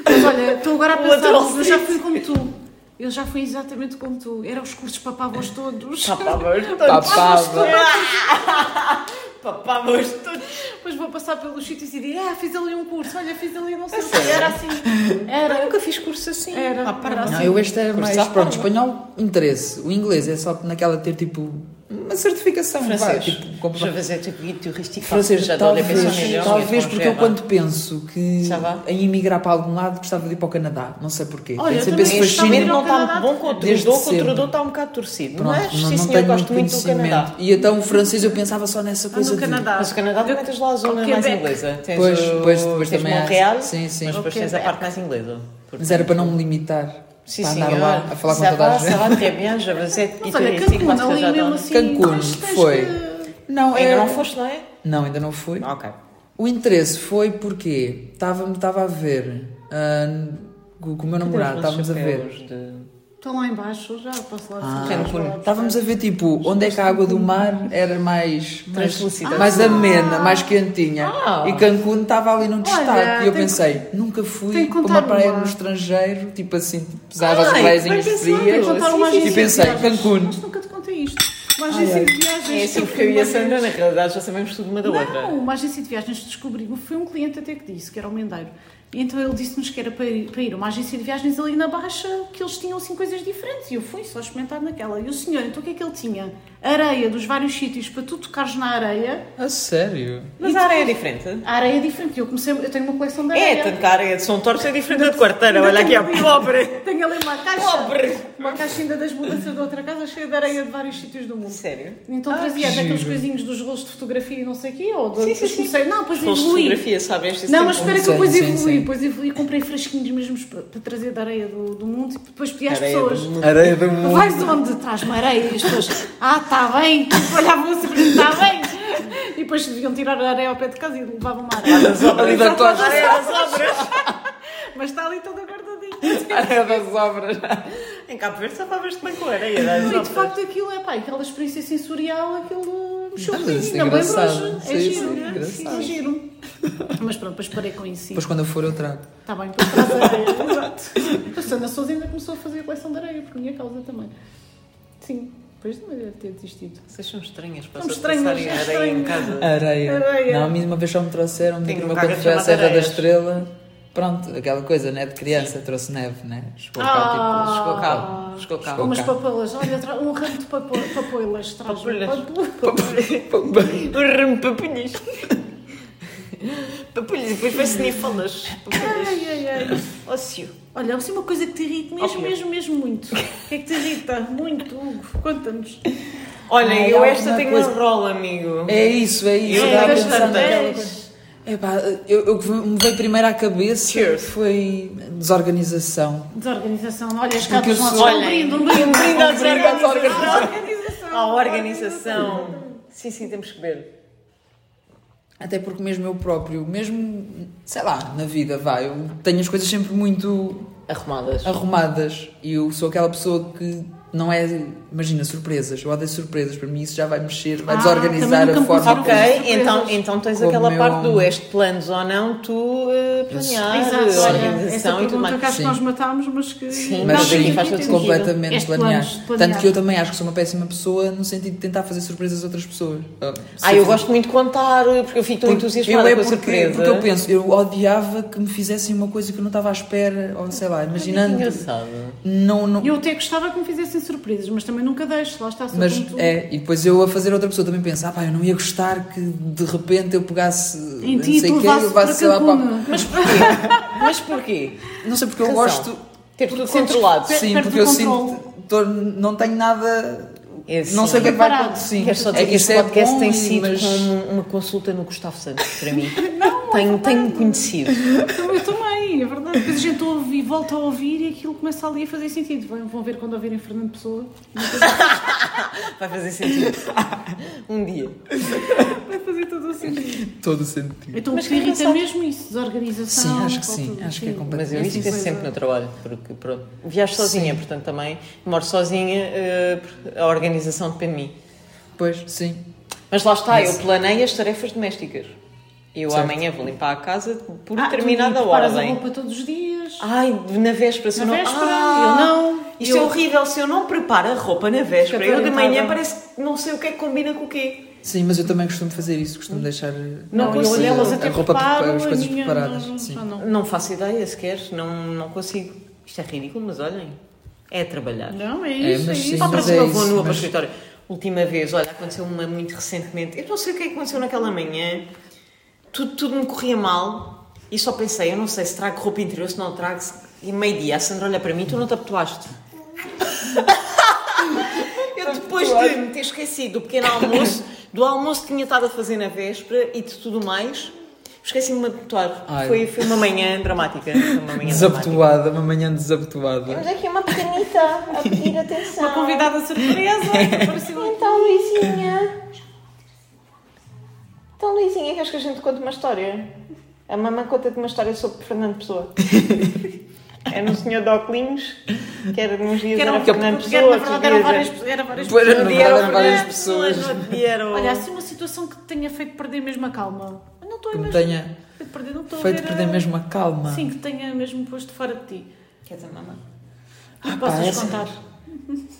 Speaker 3: Mas olha, estou agora a
Speaker 2: O outro
Speaker 3: pensar, eu já
Speaker 2: outfit.
Speaker 3: fui como tu. Eu já fui exatamente como tu. Eram os cursos papavos todos.
Speaker 2: Papavos todos.
Speaker 4: Papava.
Speaker 2: Papavos todos.
Speaker 3: Depois vou passar pelos sítios e dizer, ah, fiz ali um curso, olha, fiz ali não
Speaker 4: É
Speaker 3: sei o quê.
Speaker 2: sério?
Speaker 3: Era assim. Era.
Speaker 2: Nunca fiz curso assim.
Speaker 3: Era.
Speaker 2: Ah, para
Speaker 3: Era
Speaker 2: não.
Speaker 4: Não,
Speaker 3: assim.
Speaker 4: eu este é
Speaker 2: Curso
Speaker 4: mais.
Speaker 2: à prova.
Speaker 4: Pronto, espanhol, interesse. O inglês é só naquela ter tipo. Uma certificação, vá,
Speaker 2: Francês.
Speaker 4: tipo, compro-
Speaker 2: Já fazer tipo guia turístico.
Speaker 4: francês,
Speaker 2: já dou-lhe a pensão em
Speaker 4: talvez,
Speaker 2: milhões,
Speaker 4: talvez porque eu
Speaker 2: congela.
Speaker 4: quando penso que
Speaker 2: Já vá.
Speaker 4: em emigrar para algum lado gostava de ir para o Canadá, não sei porquê.
Speaker 3: Olha,
Speaker 4: Tenho
Speaker 3: eu
Speaker 4: sempre esse
Speaker 3: também gostava
Speaker 2: Infelizmente
Speaker 3: de
Speaker 4: fascínio.
Speaker 3: ir
Speaker 2: não
Speaker 3: ao
Speaker 2: está
Speaker 3: Canadá
Speaker 2: muito bom com o
Speaker 4: desde
Speaker 2: Trudeau, que o
Speaker 4: sempre.
Speaker 2: Trudeau está um bocado torcido.
Speaker 4: Pronto,
Speaker 2: mas,
Speaker 4: não-
Speaker 2: sim
Speaker 4: não
Speaker 2: senhor,
Speaker 4: tenho
Speaker 2: gosto muito do
Speaker 4: conhecimento.
Speaker 2: Canadá.
Speaker 4: E então o francês eu pensava só nessa
Speaker 3: Ah,
Speaker 4: coisa
Speaker 3: no
Speaker 4: de-
Speaker 3: Canadá.
Speaker 2: Mas o Canadá também tens lá a zona mais
Speaker 3: Quebec.
Speaker 2: inglesa. Tens
Speaker 4: Pois,
Speaker 2: o,
Speaker 4: pois, depois
Speaker 2: tens
Speaker 4: também há-
Speaker 2: Montreal,
Speaker 4: sim, sim.
Speaker 2: mas depois tens a
Speaker 3: Quebec.
Speaker 2: parte mais inglesa.
Speaker 4: Mas era para não me limitar.
Speaker 2: Sim,
Speaker 4: para
Speaker 2: sim,
Speaker 4: andar lá a falar com toda a gente.
Speaker 2: Ça va très bien, je vous ai
Speaker 3: Mas olha, Cancún, ali mesmo assim.
Speaker 4: Cancún,
Speaker 3: mas tens
Speaker 4: foi.
Speaker 3: que-
Speaker 4: Não,
Speaker 2: Ainda
Speaker 4: é-
Speaker 2: não foste, não é?
Speaker 4: Não, ainda não fui.
Speaker 2: Ah, Ok.
Speaker 4: O interesse foi porque estava-me estava a ver ah, com com o meu namorado,
Speaker 2: Tens uns
Speaker 4: estávamos a ver.
Speaker 2: chapéus de-
Speaker 3: Estão lá embaixo, já posso lá
Speaker 4: Ah,
Speaker 3: assim.
Speaker 2: Cancún.
Speaker 4: Estávamos a ver tipo onde é que a água do mar era mais mais-
Speaker 2: Translúcida.
Speaker 4: mais amena, mais quentinha.
Speaker 2: Ah.
Speaker 4: E Cancún estava ali num destaque. e
Speaker 3: tem
Speaker 4: eu
Speaker 3: que-
Speaker 4: pensei, nunca fui
Speaker 3: tem que
Speaker 4: para uma
Speaker 3: contar
Speaker 4: praia
Speaker 3: uma.
Speaker 4: no estrangeiro, tipo assim, apesar das
Speaker 2: Ai,
Speaker 4: praiazinhas
Speaker 2: bem pensado.
Speaker 4: frias.
Speaker 2: Tem que
Speaker 3: Ah, Contar uma
Speaker 2: Sim, sim,
Speaker 4: E
Speaker 3: agência
Speaker 4: pensei,
Speaker 3: de viagens.
Speaker 4: Cancún.
Speaker 3: Mas nunca te contei isto. Uma
Speaker 4: Ai, ai.
Speaker 3: agência de viagens.
Speaker 2: É
Speaker 3: que
Speaker 2: assim porque eu e
Speaker 3: fui
Speaker 2: a
Speaker 3: uma
Speaker 2: Sandra,
Speaker 3: vez.
Speaker 2: na realidade, já sabemos tudo uma da outra.
Speaker 3: Não, uma agência de viagens descobrimos, foi um cliente até que disse, que era o Mendeiro. E então ele disse-nos que era para ir, para ir a uma agência de viagens ali na Baixa, que eles tinham assim coisas diferentes. E eu fui só experimentar naquela. E o senhor, então o que é que ele tinha? Areia dos vários sítios para tu tocares na areia.
Speaker 4: A sério?
Speaker 2: Mas a área é diferente.
Speaker 3: A areia é diferente. Eu comecei, eu tenho uma coleção de
Speaker 2: É,
Speaker 3: areia.
Speaker 2: tanto que a área de São Torres é diferente da de Quarteira. Olha aqui, a pobre.
Speaker 3: Tenho ali uma caixa.
Speaker 2: Pobre.
Speaker 3: Uma caixa ainda das mudanças da outra casa cheia de areia de vários sítios do mundo.
Speaker 2: Sério?
Speaker 3: Então
Speaker 4: Ah,
Speaker 3: trazia
Speaker 4: que
Speaker 3: aqueles
Speaker 4: giro.
Speaker 3: coisinhos dos rolos de fotografia e não sei o quê, ou do,
Speaker 2: Sim,
Speaker 3: sim,
Speaker 2: sim, sim.
Speaker 3: comecei. Não, depois
Speaker 2: Rolos de
Speaker 3: evoluí.
Speaker 2: fotografia, sabes? Este
Speaker 3: Não,
Speaker 2: tempo.
Speaker 3: mas espera que
Speaker 4: Sim,
Speaker 3: eu depois
Speaker 4: sim,
Speaker 3: evolui,
Speaker 4: sim.
Speaker 3: depois evolui e comprei fresquinhos mesmo para, para trazer da areia do, do mundo e depois pedi às
Speaker 2: Areia do
Speaker 3: pessoas.
Speaker 2: mundo.
Speaker 4: Areia do mundo.
Speaker 3: Vais onde? Traz-me areia e as pessoas, ah, está bem, tipo, olhavam assim, está bem. E depois deviam tirar a areia ao pé de casa e levavam uma areia.
Speaker 4: Ali da costa.
Speaker 2: Areia das obras.
Speaker 3: Mas está ali toda guardadinha.
Speaker 4: Areia das obras.
Speaker 2: Em Cabo Verde safavas-te bem com a areia das
Speaker 3: E de
Speaker 2: obras.
Speaker 3: facto aquilo é pá, aquela experiência sensorial, aquilo mexeu
Speaker 4: Ah, mas
Speaker 3: comigo,
Speaker 4: isso é
Speaker 3: ainda me lembro
Speaker 4: engraçado.
Speaker 3: hoje.
Speaker 4: Sim,
Speaker 3: É
Speaker 4: sim,
Speaker 3: giro, né?
Speaker 4: engraçado.
Speaker 3: é giro. Mas pronto, depois parei com isso. sim.
Speaker 4: Depois quando eu for eu trago.
Speaker 3: Está Tá bem, depois traz a areia, exato. A Sandra Sousa ainda começou a fazer a coleção de areia, por minha causa também. Sim, depois também deve ter desistido.
Speaker 2: Vocês são estranhas para
Speaker 3: Somos
Speaker 2: passarem
Speaker 3: estranhas,
Speaker 2: areia
Speaker 3: é
Speaker 2: em
Speaker 3: estranho.
Speaker 2: casa.
Speaker 4: Areia.
Speaker 3: Areia.
Speaker 4: Não, a mim uma vez só me trouxeram,
Speaker 2: Tem
Speaker 4: me
Speaker 2: um
Speaker 4: uma
Speaker 2: carro
Speaker 4: quando foi à
Speaker 2: chamado
Speaker 4: Serra da
Speaker 2: Areias.
Speaker 4: Estrela. Pronto, aquela coisa, né? De criança, trouxe neve, né? Chegou
Speaker 3: Ah.
Speaker 4: tipo,
Speaker 2: Chegou cá. Chegou cá.
Speaker 4: Chegou.
Speaker 3: Umas
Speaker 4: cá.
Speaker 3: papelas, olha, tra- um ramo de papo- papoilas. Traz
Speaker 2: Papoilas.
Speaker 4: Pumba.
Speaker 2: Um ramo de papilhas. Papilhas, depois vai-se nem falas.
Speaker 3: Ai, ai, ai.
Speaker 1: ócio.
Speaker 3: Olha, assim uma coisa que te irrita mesmo,
Speaker 2: Ok.
Speaker 3: mesmo, mesmo muito. O que é que te irrita? Muito, Hugo. Conta-nos.
Speaker 2: Olha,
Speaker 4: Ai,
Speaker 2: eu
Speaker 4: há
Speaker 2: esta
Speaker 4: alguma
Speaker 2: tenho
Speaker 4: coisa-
Speaker 2: uma rola, amigo.
Speaker 4: É isso, é isso.
Speaker 2: Eu
Speaker 4: Eu estava
Speaker 2: das
Speaker 4: pensando naquela
Speaker 3: tantas.
Speaker 4: coisa. Epá, eu, eu que me veio primeiro à cabeça
Speaker 2: Cheers.
Speaker 4: foi desorganização.
Speaker 3: Desorganização. Olha, as
Speaker 4: Porque eu
Speaker 3: capas
Speaker 4: sou-
Speaker 3: são um
Speaker 2: Olhem,
Speaker 3: brinde, um brinde.
Speaker 2: um brinde à desorganização.
Speaker 3: Organização.
Speaker 2: À organização. Sim, sim, temos que beber.
Speaker 4: Até porque mesmo eu próprio, mesmo, sei lá, na vida, vai, eu tenho as coisas sempre muito
Speaker 2: Arrumadas.
Speaker 4: arrumadas. E eu sou aquela pessoa que não é, imagina, surpresas. Eu odeio surpresas. Para mim isso já vai mexer, vai
Speaker 3: Ah, também
Speaker 4: desorganizar
Speaker 3: nunca
Speaker 4: a
Speaker 3: me
Speaker 4: forma.
Speaker 3: puseram
Speaker 2: Ok,
Speaker 4: como-
Speaker 3: Surpresas.
Speaker 2: então, então tens
Speaker 4: Como
Speaker 2: aquela
Speaker 4: eu-
Speaker 2: parte do este planos ou não, tu eh, planear,
Speaker 3: Exato, olha, essa
Speaker 2: organização e tudo
Speaker 3: pergunta
Speaker 2: mais.
Speaker 3: que acho que
Speaker 4: Sim.
Speaker 3: nós matámos, mas que...
Speaker 2: Sim,
Speaker 4: Mas
Speaker 2: Não,
Speaker 3: Nada
Speaker 4: sim,
Speaker 2: sim,
Speaker 3: que
Speaker 2: faz
Speaker 3: irrita.
Speaker 2: todo sentido.
Speaker 4: completamente
Speaker 3: Este
Speaker 4: planear.
Speaker 3: planos, planear.
Speaker 4: Tanto que eu também acho que sou uma péssima pessoa no sentido de tentar fazer surpresas a outras pessoas. Ah,
Speaker 2: Ah, eu gosto muito de contar, porque eu fico tão
Speaker 4: Porque
Speaker 2: entusiasmada
Speaker 4: eu é
Speaker 2: com a
Speaker 4: porque,
Speaker 2: surpresa.
Speaker 4: Porque eu penso, eu odiava que me fizessem uma coisa que eu não estava à espera, ou sei lá, imaginando.
Speaker 2: Que engraçado.
Speaker 4: Não, não,
Speaker 3: Eu até gostava que me fizessem surpresas, mas também nunca deixo, lá está só
Speaker 4: mas
Speaker 3: como tu.
Speaker 4: é, e depois eu a fazer outra pessoa também pensa, ah pá, eu não ia gostar que de repente eu pegasse
Speaker 3: Em
Speaker 4: não
Speaker 3: ti,
Speaker 4: sei
Speaker 3: tu
Speaker 4: o quê, eu
Speaker 3: levasse para
Speaker 4: levasse, sei lá,
Speaker 3: Cancún.
Speaker 2: Mas porquê? Mas porquê?
Speaker 4: para- Não sei porque eu
Speaker 2: Razão.
Speaker 4: gosto.
Speaker 2: Ter tudo
Speaker 3: sentes-
Speaker 2: controlado.
Speaker 3: Per-
Speaker 4: sim,
Speaker 3: perto
Speaker 4: porque
Speaker 3: do
Speaker 4: eu
Speaker 3: controle.
Speaker 4: sinto. tô- não tenho nada.
Speaker 2: É, sim.
Speaker 4: Não sei o que é que vai
Speaker 3: Preparado.
Speaker 4: acontecer.
Speaker 2: Quero só dizer
Speaker 4: É,
Speaker 2: que este
Speaker 4: isso é
Speaker 2: podcast
Speaker 4: bom,
Speaker 2: tem sido
Speaker 4: mas-
Speaker 2: como uma consulta no Gustavo Santos para mim. tenho, tenho conhecido.
Speaker 3: Eu também, é verdade. Depois a gente ouve e volta a ouvir e aquilo começa ali a fazer sentido. Vão, vão ver quando ouvirem Fernando Pessoa.
Speaker 2: Vai fazer sentido. Um dia.
Speaker 3: Vai fazer todo o sentido.
Speaker 4: Todo o sentido.
Speaker 3: Então
Speaker 2: Mas
Speaker 3: o que
Speaker 2: que
Speaker 3: irrita
Speaker 2: engraçado.
Speaker 3: mesmo isso, desorganização.
Speaker 4: Sim, acho que
Speaker 3: falta
Speaker 4: sim, é.
Speaker 3: de-
Speaker 4: acho que é completamente-
Speaker 2: Mas eu
Speaker 3: Sim,
Speaker 2: isso
Speaker 3: sim,
Speaker 2: penso
Speaker 3: coisa-
Speaker 2: sempre no trabalho, porque pronto, viajo sozinha, portanto também moro sozinha, eh, a organização depende de mim.
Speaker 4: Pois, sim.
Speaker 2: Mas lá está, eu planeio as tarefas domésticas. Eu
Speaker 4: Certo.
Speaker 2: amanhã vou limpar a casa por
Speaker 3: Ah, tu
Speaker 2: determinada
Speaker 3: preparas a
Speaker 2: ordem.
Speaker 3: roupa todos os dias.
Speaker 2: Ai, na véspera, se
Speaker 3: Na
Speaker 2: eu não.
Speaker 3: véspera,
Speaker 2: Ah,
Speaker 3: eu não.
Speaker 2: Isto
Speaker 3: Eu-
Speaker 2: é horrível, se eu não preparo a roupa na véspera, eu de
Speaker 3: Fica
Speaker 2: manhã
Speaker 3: atormentada.
Speaker 2: parece que não sei o que é que combina com o quê.
Speaker 4: Sim, mas eu também costumo fazer isso, costumo deixar eh,
Speaker 2: Não
Speaker 3: eu
Speaker 2: consigo.
Speaker 3: delas
Speaker 2: A
Speaker 3: até
Speaker 4: a roupa
Speaker 3: preparo,
Speaker 4: as
Speaker 3: a
Speaker 4: coisas
Speaker 3: minha
Speaker 4: preparadas.
Speaker 3: não-
Speaker 4: sim.
Speaker 3: ah, não.
Speaker 2: Não faço ideia sequer, não, não consigo. Isto é ridículo, mas olhem, é trabalhar.
Speaker 3: Não, é
Speaker 4: É,
Speaker 3: isso, é,
Speaker 4: mas sim,
Speaker 3: isso.
Speaker 2: Pá, para
Speaker 4: mas
Speaker 2: que
Speaker 4: é
Speaker 2: eu vou
Speaker 4: isso,
Speaker 2: nua para o
Speaker 4: mas-
Speaker 2: escritório. Última vez, olha, aconteceu uma muito recentemente. Eu não sei o que é que aconteceu naquela manhã. Tudo, tudo me corria mal. E só pensei, eu não sei se trago roupa interior, se não trago. se- E meio-dia, a Sandra olha para mim, tu não te habituaste. eu depois de me ter esquecido do pequeno almoço, do almoço que tinha estado a fazer na véspera e de tudo mais, esqueci-me de me habituar.
Speaker 4: Ai.
Speaker 2: Foi, foi uma manhã dramática. Foi uma manhã dramática.
Speaker 4: Desabituada, uma manhã desabituada.
Speaker 1: Temos aqui uma pequenita a pedir atenção.
Speaker 3: Uma convidada surpresa. apareceu.
Speaker 1: Então, Luizinha. Então, Luizinha, queres que a gente conte uma história? A mamãe conta-te uma história sobre Fernando Pessoa. Era um senhor de óculos, que era nos dias
Speaker 3: Que era
Speaker 1: era,
Speaker 3: um-
Speaker 1: Fernando
Speaker 3: porque era,
Speaker 1: Pessoa.
Speaker 3: na verdade, eram
Speaker 2: dias
Speaker 3: várias, era várias
Speaker 4: Pois,
Speaker 3: pessoas.
Speaker 2: Um
Speaker 4: na
Speaker 2: dia era o
Speaker 4: Eram várias
Speaker 2: Fernando,
Speaker 4: pessoas.
Speaker 2: no outro dia era o-
Speaker 3: Olha, assim uma situação que te tenha feito perder mesmo a calma. Eu não estou a
Speaker 4: Que me
Speaker 3: imaginar.
Speaker 4: tenha
Speaker 3: Feito perder, não estou a
Speaker 4: feito
Speaker 3: ver
Speaker 4: perder
Speaker 3: a-
Speaker 4: mesmo a calma.
Speaker 3: Sim, que tenha mesmo posto fora de ti.
Speaker 2: Queres a mama?
Speaker 3: E
Speaker 4: Ah, pá,
Speaker 3: possas
Speaker 4: essa-
Speaker 3: contar.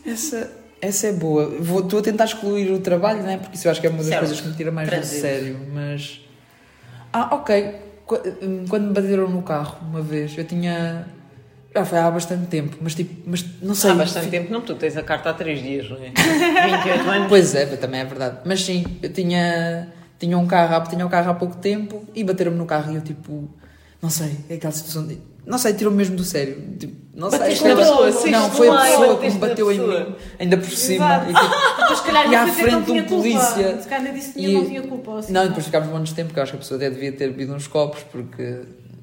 Speaker 4: Essa, essa é boa. Vou, estou a tentar excluir o trabalho, né? porque isso eu acho que é uma das
Speaker 2: Certo.
Speaker 4: coisas que me tira mais do
Speaker 2: Trânsito.
Speaker 4: sério. Mas. Ah, ok. Qu- hum, Quando me bateram no carro uma vez, eu tinha. Já foi há bastante tempo, mas tipo, mas não sei.
Speaker 2: Há bastante
Speaker 4: fi-
Speaker 2: tempo, não, tu tens a carta há 3 dias, não é? 28 anos.
Speaker 4: Pois é, também é verdade. Mas sim, eu tinha, tinha, um carro, há- tinha um carro há pouco tempo e bateram-me no carro e eu tipo, não sei, é aquela situação de. Não sei, tirou-me mesmo do sério. Tipo, não sei,
Speaker 2: Bateste
Speaker 4: isto é
Speaker 2: na
Speaker 4: uma-
Speaker 2: pessoa, saíste
Speaker 4: Não,
Speaker 2: do
Speaker 4: foi a
Speaker 2: meio,
Speaker 4: pessoa que me
Speaker 2: bateste na
Speaker 4: bateu em
Speaker 2: pessoa.
Speaker 4: mim, ainda por cima.
Speaker 3: Exato.
Speaker 4: E, tipo,
Speaker 3: Mas se calhar
Speaker 4: E à
Speaker 3: ele foi dizer que não
Speaker 4: frente
Speaker 3: tinha
Speaker 4: um
Speaker 3: culpa.
Speaker 4: polícia.
Speaker 3: Se calhar disse que
Speaker 4: E-
Speaker 3: não tinha culpa. assim.
Speaker 4: Não, e depois ficámos muito tempo, porque eu acho que a pessoa até devia ter bebido uns copos, porque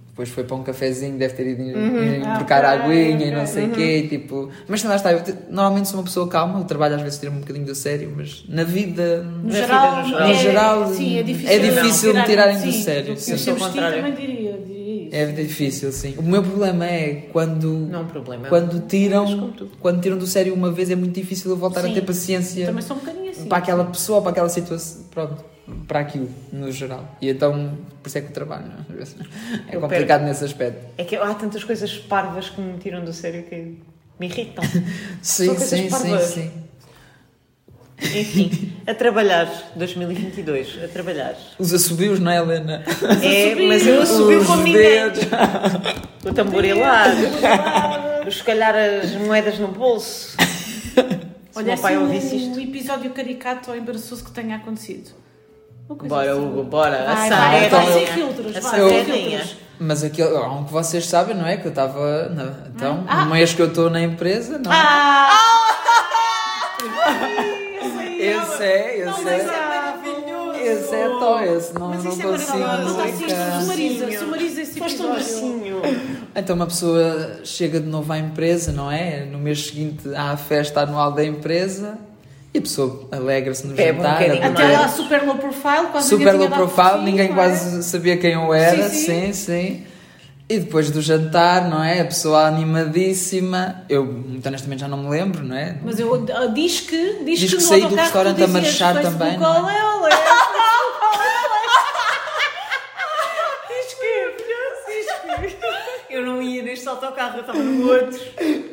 Speaker 4: depois foi para um cafezinho, deve ter ido ir- ir
Speaker 3: Ah,
Speaker 4: trocar
Speaker 3: ok,
Speaker 4: a aguinha e
Speaker 3: ok.
Speaker 4: não
Speaker 3: Uhum.
Speaker 4: sei o quê, e tipo... Mas lá está, eu te- normalmente sou uma pessoa calma, o trabalho às vezes tira-me um bocadinho do sério, mas na vida...
Speaker 3: No
Speaker 2: Na
Speaker 3: geral,
Speaker 2: vida,
Speaker 4: no
Speaker 3: é-
Speaker 4: geral,
Speaker 3: sim, é difícil,
Speaker 4: é difícil
Speaker 3: não
Speaker 4: me tirarem do
Speaker 3: sim,
Speaker 4: sério,
Speaker 3: do que
Speaker 4: sim.
Speaker 3: eu
Speaker 2: Eu sou
Speaker 3: sempre senti,
Speaker 2: contrária.
Speaker 3: também diria, diria isso.
Speaker 4: É difícil, sim. O meu problema é quando...
Speaker 2: Não é um problema.
Speaker 4: Quando
Speaker 2: Mas
Speaker 4: tiram,
Speaker 2: como tu.
Speaker 4: quando tiram do sério uma vez é muito difícil eu voltar
Speaker 3: Sim.
Speaker 4: a ter paciência
Speaker 3: Também sou um bocadinho assim.
Speaker 4: para aquela pessoa, para aquela situação, pronto, para aquilo, no geral. E então, por isso é que o trabalho não é? é
Speaker 2: Eu
Speaker 4: complicado nesse aspecto.
Speaker 2: É que há tantas coisas parvas que me tiram do sério que me irritam.
Speaker 4: Sim,
Speaker 2: coisas
Speaker 4: sim, sim,
Speaker 2: parvas.
Speaker 4: sim.
Speaker 2: Enfim, a trabalhar, 2022, a trabalhar.
Speaker 4: Os assobios, não é,
Speaker 2: É,
Speaker 4: Helena?
Speaker 3: assobios.
Speaker 2: mas eu subiu
Speaker 4: Os
Speaker 2: como ninguém.
Speaker 4: dedos.
Speaker 2: O tamborilado, os calhar as moedas no bolso. Se o
Speaker 3: Olha,
Speaker 2: meu pai ouvisse
Speaker 3: assim,
Speaker 2: isto.
Speaker 3: um episódio caricato ou embaraçoso que tenha acontecido. Uma coisa
Speaker 2: Bora,
Speaker 3: assim.
Speaker 2: Hugo, bora.
Speaker 3: Vai,
Speaker 2: a
Speaker 3: vai,
Speaker 4: então
Speaker 3: vai,
Speaker 2: Sandra.
Speaker 3: sem filtros,
Speaker 2: A
Speaker 3: vai, sem
Speaker 2: Sandrinha.
Speaker 3: filtros.
Speaker 4: Mas aquilo, há um que vocês sabem, não é? Que eu estava. na- Então,
Speaker 3: Ah.
Speaker 4: no mês que eu estou na empresa, não.
Speaker 2: Ah!
Speaker 4: esse é, esse
Speaker 2: Mas
Speaker 4: é.
Speaker 2: isso é maravilhoso!
Speaker 4: Esse é tão, esse não,
Speaker 2: Mas
Speaker 4: não
Speaker 2: isso é
Speaker 4: consigo.
Speaker 2: maravilhoso.
Speaker 3: Não,
Speaker 2: Não,
Speaker 3: tá,
Speaker 2: sim,
Speaker 4: explicar.
Speaker 2: sim.
Speaker 3: sumariza,
Speaker 2: Sim.
Speaker 3: sumariza esse
Speaker 1: Foste um
Speaker 3: episódio.
Speaker 1: bracinho.
Speaker 4: Então uma pessoa chega de novo à empresa, não é? No mês seguinte há a festa anual da empresa e a pessoa alegra-se no
Speaker 2: Bebe um
Speaker 4: jantar.
Speaker 2: bocadinho
Speaker 4: a
Speaker 2: mais.
Speaker 3: Até
Speaker 4: comer.
Speaker 3: lá, super low profile, quase
Speaker 4: Super
Speaker 3: ninguém
Speaker 4: low
Speaker 3: tinha dado
Speaker 4: profile,
Speaker 3: por si,
Speaker 4: ninguém
Speaker 3: não é?
Speaker 4: quase sabia quem eu era,
Speaker 3: Sim,
Speaker 4: sim, sim, E depois do jantar, não é? A pessoa animadíssima. Eu, muito honestamente, já não me lembro, não é?
Speaker 3: Mas eu, ah, diz que. Diz,
Speaker 4: Diz
Speaker 3: que,
Speaker 4: que
Speaker 3: no
Speaker 4: saí do
Speaker 3: autocarro tu
Speaker 4: restaurante a
Speaker 3: dizias,
Speaker 4: marchar
Speaker 3: Facebook,
Speaker 4: também, não é?
Speaker 3: Olé, olé.
Speaker 2: Diz que Eu não ia neste autocarro, eu estava no outro.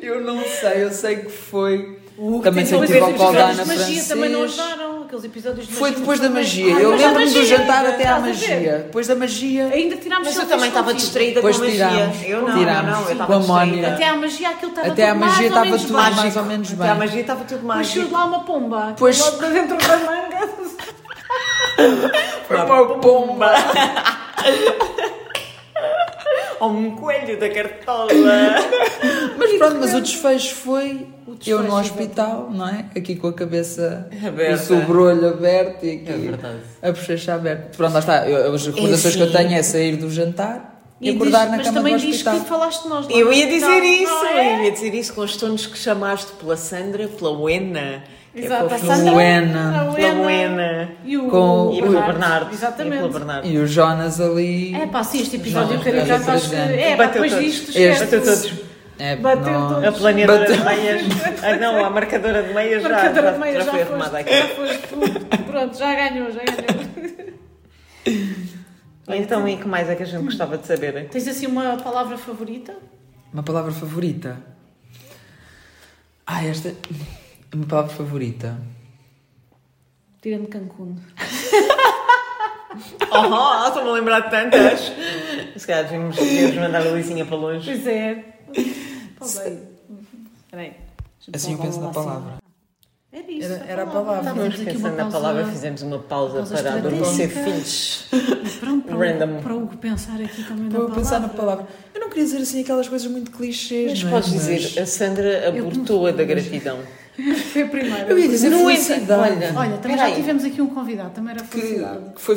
Speaker 4: Eu não sei, eu sei que foi.
Speaker 2: O Hugo
Speaker 4: Também
Speaker 2: tentou
Speaker 4: senti
Speaker 2: fazer
Speaker 4: o pau
Speaker 2: episódios
Speaker 3: Episódios
Speaker 4: da Ana
Speaker 3: de magia também não
Speaker 4: Francis.
Speaker 3: ajudaram. Aqueles episódios de
Speaker 4: Foi
Speaker 3: magia
Speaker 4: depois da
Speaker 3: também.
Speaker 4: magia.
Speaker 3: Ah,
Speaker 4: eu
Speaker 3: mas a
Speaker 4: lembro-me do
Speaker 3: magia,
Speaker 4: jantar até à
Speaker 3: estás a ver?
Speaker 4: magia. Depois da magia.
Speaker 3: Ainda tirámos
Speaker 2: Mas eu
Speaker 3: selfies
Speaker 2: também estava
Speaker 3: contigo.
Speaker 2: distraída
Speaker 4: Depois
Speaker 2: com a magia.
Speaker 4: tirámos.
Speaker 2: eu não,
Speaker 4: tirámos.
Speaker 2: não, não, eu
Speaker 4: Sim.
Speaker 2: estava
Speaker 4: Com a Mónica.
Speaker 2: distraída.
Speaker 3: Até à magia aquilo estava
Speaker 4: Até à
Speaker 3: tudo mais
Speaker 4: magia
Speaker 3: ou
Speaker 4: estava
Speaker 3: menos
Speaker 4: tudo
Speaker 3: bem.
Speaker 4: mais- ou menos
Speaker 2: Até
Speaker 4: bem.
Speaker 2: à magia estava tudo
Speaker 3: Nasceu de
Speaker 2: mágico.
Speaker 3: lá uma pomba.
Speaker 4: Pois-
Speaker 3: Logo de dentro da manga.
Speaker 4: Foi uma pomba.
Speaker 2: Ou um coelho da cartola.
Speaker 4: Mas pronto, mas o desfecho foi eu
Speaker 3: desfecho,
Speaker 4: no hospital, não é? Aqui com a cabeça
Speaker 2: Aberta.
Speaker 4: e o sobrolho aberto e aqui
Speaker 2: É verdade.
Speaker 4: a bochecha aberta. Pronto, lá está. Eu- as recordações que eu
Speaker 2: sim.
Speaker 4: tenho é sair do jantar
Speaker 3: assim.
Speaker 4: e,
Speaker 3: diz-
Speaker 4: acordar na
Speaker 3: mas
Speaker 4: cama do
Speaker 3: também diz
Speaker 4: hospital.
Speaker 3: que falaste de nós. lá
Speaker 2: Eu
Speaker 3: no
Speaker 2: ia dizer
Speaker 3: hospital,
Speaker 2: isso,
Speaker 3: não é?
Speaker 2: eu ia dizer isso com os tons que chamaste pela Sandra, pela Wena.
Speaker 3: Exato,
Speaker 2: é
Speaker 3: a
Speaker 2: fofinho.
Speaker 3: Sandra,
Speaker 4: Luena.
Speaker 3: a
Speaker 2: Pela
Speaker 3: Luena
Speaker 2: Wena.
Speaker 3: e o,
Speaker 4: Com-
Speaker 2: E
Speaker 4: Ui.
Speaker 2: pelo Bernardo. E pelo
Speaker 3: Exatamente.
Speaker 2: Bernardo.
Speaker 4: E o Jonas ali.
Speaker 3: é pá, sim, este episódio
Speaker 4: Não,
Speaker 3: que eu já
Speaker 4: olha,
Speaker 3: acho que.
Speaker 4: presente.
Speaker 3: É, pá,
Speaker 2: Bateu
Speaker 3: depois
Speaker 2: todos.
Speaker 3: disto,
Speaker 4: Este-
Speaker 3: esquece.
Speaker 2: Bateu todos.
Speaker 4: É,
Speaker 3: Bateu
Speaker 4: não-
Speaker 3: todos.
Speaker 2: A planeadora
Speaker 4: Bateu-
Speaker 2: de meias. Ah, não, a marcadora de meias já,
Speaker 3: Marcadora
Speaker 2: já,
Speaker 3: de meia,
Speaker 2: já
Speaker 3: já
Speaker 2: foi
Speaker 3: foste.
Speaker 2: arrumada aqui.
Speaker 3: Já foste tu. Pronto, já ganhou, já ganhou.
Speaker 2: Então, e que mais é que a gente gostava de saber?
Speaker 3: Tens assim uma palavra favorita?
Speaker 4: Uma palavra favorita. Ah, esta. Uma palavra favorita.
Speaker 3: Tirando Cancún.
Speaker 2: Oh, oh, estou-me a lembrar de tantas. Se calhar devíamos, devíamos mandar a Luizinha para longe.
Speaker 3: Pois é.
Speaker 4: é.
Speaker 3: Peraí.
Speaker 4: Assim eu penso na palavra. assim.
Speaker 3: Era isso.
Speaker 4: Era- era a palavra.
Speaker 2: Estávamos
Speaker 3: Estávamos aqui uma
Speaker 2: pensando na
Speaker 3: pausa.
Speaker 2: palavra, fizemos uma pausa
Speaker 3: pausa
Speaker 2: para adormecer
Speaker 3: estratégica.
Speaker 2: filhos.
Speaker 3: Pronto, para,
Speaker 2: Random.
Speaker 3: O, para o Hugo pensar aqui também na
Speaker 4: Vou
Speaker 3: palavra.
Speaker 4: pensar na palavra. Eu não queria dizer assim aquelas coisas muito clichês.
Speaker 2: Mas
Speaker 4: não é?
Speaker 2: podes dizer, a Sandra
Speaker 3: Eu-
Speaker 2: abortou-a da gratidão.
Speaker 3: Foi a primeira.
Speaker 4: Eu ia dizer
Speaker 2: Não é-
Speaker 4: felicidade.
Speaker 2: olha,
Speaker 3: Olha, também já
Speaker 2: Peraí.
Speaker 3: tivemos aqui um convidado, também era
Speaker 4: que,
Speaker 3: felicidade.
Speaker 4: que foi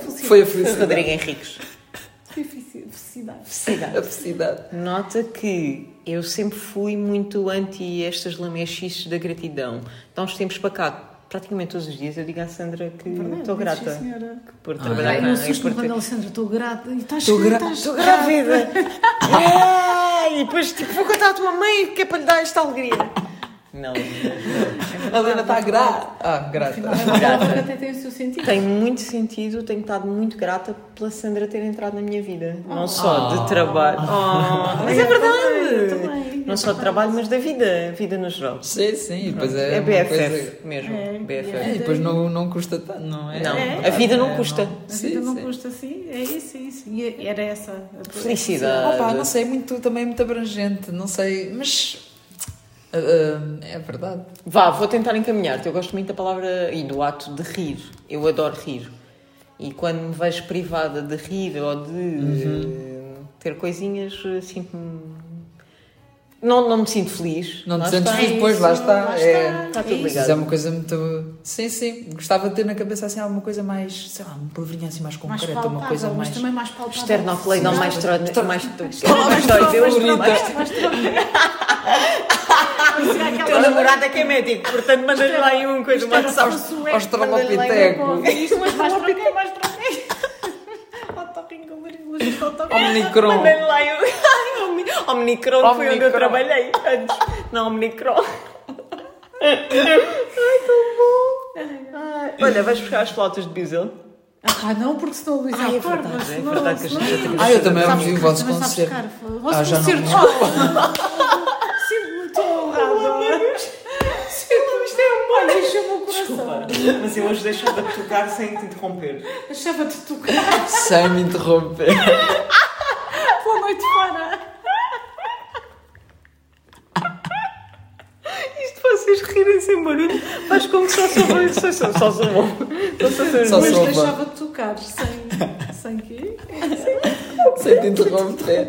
Speaker 3: Foi
Speaker 4: Foi
Speaker 3: a
Speaker 4: a
Speaker 2: Foi o
Speaker 4: felicidade.
Speaker 2: Rodrigo Henriques.
Speaker 3: Foi felici- Felicidade.
Speaker 4: A felicidade.
Speaker 2: Nota que eu sempre fui muito anti estas lamechices da gratidão. Então, uns tempos para cá, praticamente todos os dias, eu digo à Sandra que
Speaker 3: Verdade,
Speaker 2: estou
Speaker 3: mas sim,
Speaker 2: grata
Speaker 3: senhora.
Speaker 2: por
Speaker 3: Ah,
Speaker 2: trabalhar
Speaker 3: eu
Speaker 2: com ela. e
Speaker 3: assusto-me
Speaker 2: por ter-
Speaker 3: quando a Alessandra, estou grata. E estás
Speaker 4: Estou gra-
Speaker 3: estás-
Speaker 2: Estou grávida! Ah, e depois tipo, vou contar à tua mãe que é para lhe dar esta alegria. Não,
Speaker 4: A Helena está grata. Ah,
Speaker 3: Afinal,
Speaker 4: grata.
Speaker 3: é uma palavra que até tem o seu sentido.
Speaker 2: tem muito sentido, tenho estado muito grata pela Sandra ter entrado na minha vida. Não só
Speaker 4: Oh.
Speaker 2: de trabalho. Oh, mas é
Speaker 3: Eu também, eu
Speaker 2: verdade!
Speaker 3: também.
Speaker 2: Não só de trabalho, mas da vida, vida nos jogos.
Speaker 4: Sim, sim. e Depois é,
Speaker 2: É
Speaker 4: uma coisa-
Speaker 2: BFF mesmo.
Speaker 3: É,
Speaker 4: É,
Speaker 2: BFF.
Speaker 4: e depois não, não custa tanto, não é?
Speaker 2: Não,
Speaker 4: É.
Speaker 2: a vida não
Speaker 4: É,
Speaker 2: custa.
Speaker 3: A
Speaker 4: Sim,
Speaker 3: vida não
Speaker 4: sim.
Speaker 3: custa assim, é isso, é isso. E é- era essa. a tua-
Speaker 2: Felicidade.
Speaker 4: Opa, não sei, muito, também é muito abrangente. Não sei, mas... ah, ah, é verdade.
Speaker 2: Vá, vou tentar encaminhar-te. Eu gosto muito da palavra e do ato de rir. Eu adoro rir. E quando me vejo privada de rir ou de eh, ter coisinhas, eh, sinto-me. Não, não me sinto feliz.
Speaker 4: Não
Speaker 2: Lá
Speaker 4: te sentes
Speaker 2: está.
Speaker 4: feliz, pois, lá
Speaker 3: isso,
Speaker 4: está.
Speaker 3: lá
Speaker 4: é...
Speaker 3: está.
Speaker 2: Está tudo
Speaker 3: É
Speaker 4: Mas
Speaker 2: ligado.
Speaker 4: é uma coisa muito. Sim, sim. Gostava de ter na cabeça assim alguma coisa mais. Sei lá, uma palavrinha assim mais
Speaker 3: Mais
Speaker 4: concreta,
Speaker 3: palpável,
Speaker 4: uma coisa
Speaker 3: mas
Speaker 4: mais.
Speaker 3: também mais palpável.
Speaker 2: Externocleidão mais tro- mais
Speaker 4: Bonita.
Speaker 2: O teu namorado é que é médico, portanto mandas lá aí um coisa, uma WhatsApp.
Speaker 4: Aos Australopiteco. Omnicron.
Speaker 2: Mandei lá eu. Ai, Omni- Omnicron, foi onde eu
Speaker 4: Omnicron.
Speaker 2: trabalhei antes. Na Omnicron. Ai, tão bom. Ai, Olha, vais buscar as flautas de Bisel?
Speaker 3: Ah, não, porque senão o Luís
Speaker 2: Ai, é
Speaker 3: acorda,
Speaker 2: verdade, é
Speaker 3: senão-
Speaker 2: verdade que a gente
Speaker 3: senão-
Speaker 2: tem que
Speaker 4: Ah, eu também
Speaker 3: Sabes
Speaker 4: ouvi o
Speaker 3: que-
Speaker 4: vosso
Speaker 3: também sabes
Speaker 4: concerto.
Speaker 3: tocar, o vosso
Speaker 4: Ah, já não me
Speaker 3: concerto. Oh, Sinto-me muito honrada. Sinto-me, isto é um mal, deixa-me o coração.
Speaker 2: Mas eu hoje deixo-te a tocar sem te interromper.
Speaker 3: Achava-te tocar
Speaker 4: Sem me interromper.
Speaker 3: pela noite fora.
Speaker 2: Isto vocês rirem sem barulho faz como que só sou bom. Só sou bom. Só sou bom.
Speaker 4: Só
Speaker 3: Mas
Speaker 4: sou-
Speaker 3: deixava-te tocar sem, Sem quê?
Speaker 4: Sem te interromper.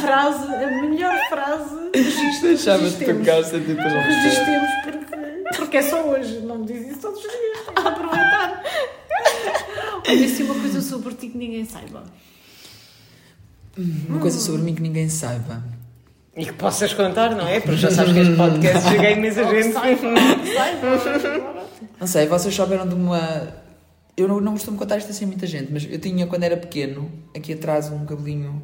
Speaker 3: frase, a melhor frase.
Speaker 4: Deixava-te tocar sem te interromper.
Speaker 3: Resistimos porque, porque é só hoje, não me diz isso todos os dias, tem que aproveitar. Olha, assim uma coisa sobre ti que ninguém saiba.
Speaker 4: Uma coisa sobre mim que ninguém saiba.
Speaker 2: E que possas contar, não é? Porque já sabes que
Speaker 4: Hum.
Speaker 2: este podcast chega a imensa gente.
Speaker 4: Não sei, vocês souberam de uma. Eu não, não costumo contar isto assim a muita gente, mas eu tinha quando era pequeno, aqui atrás, um cabelinho.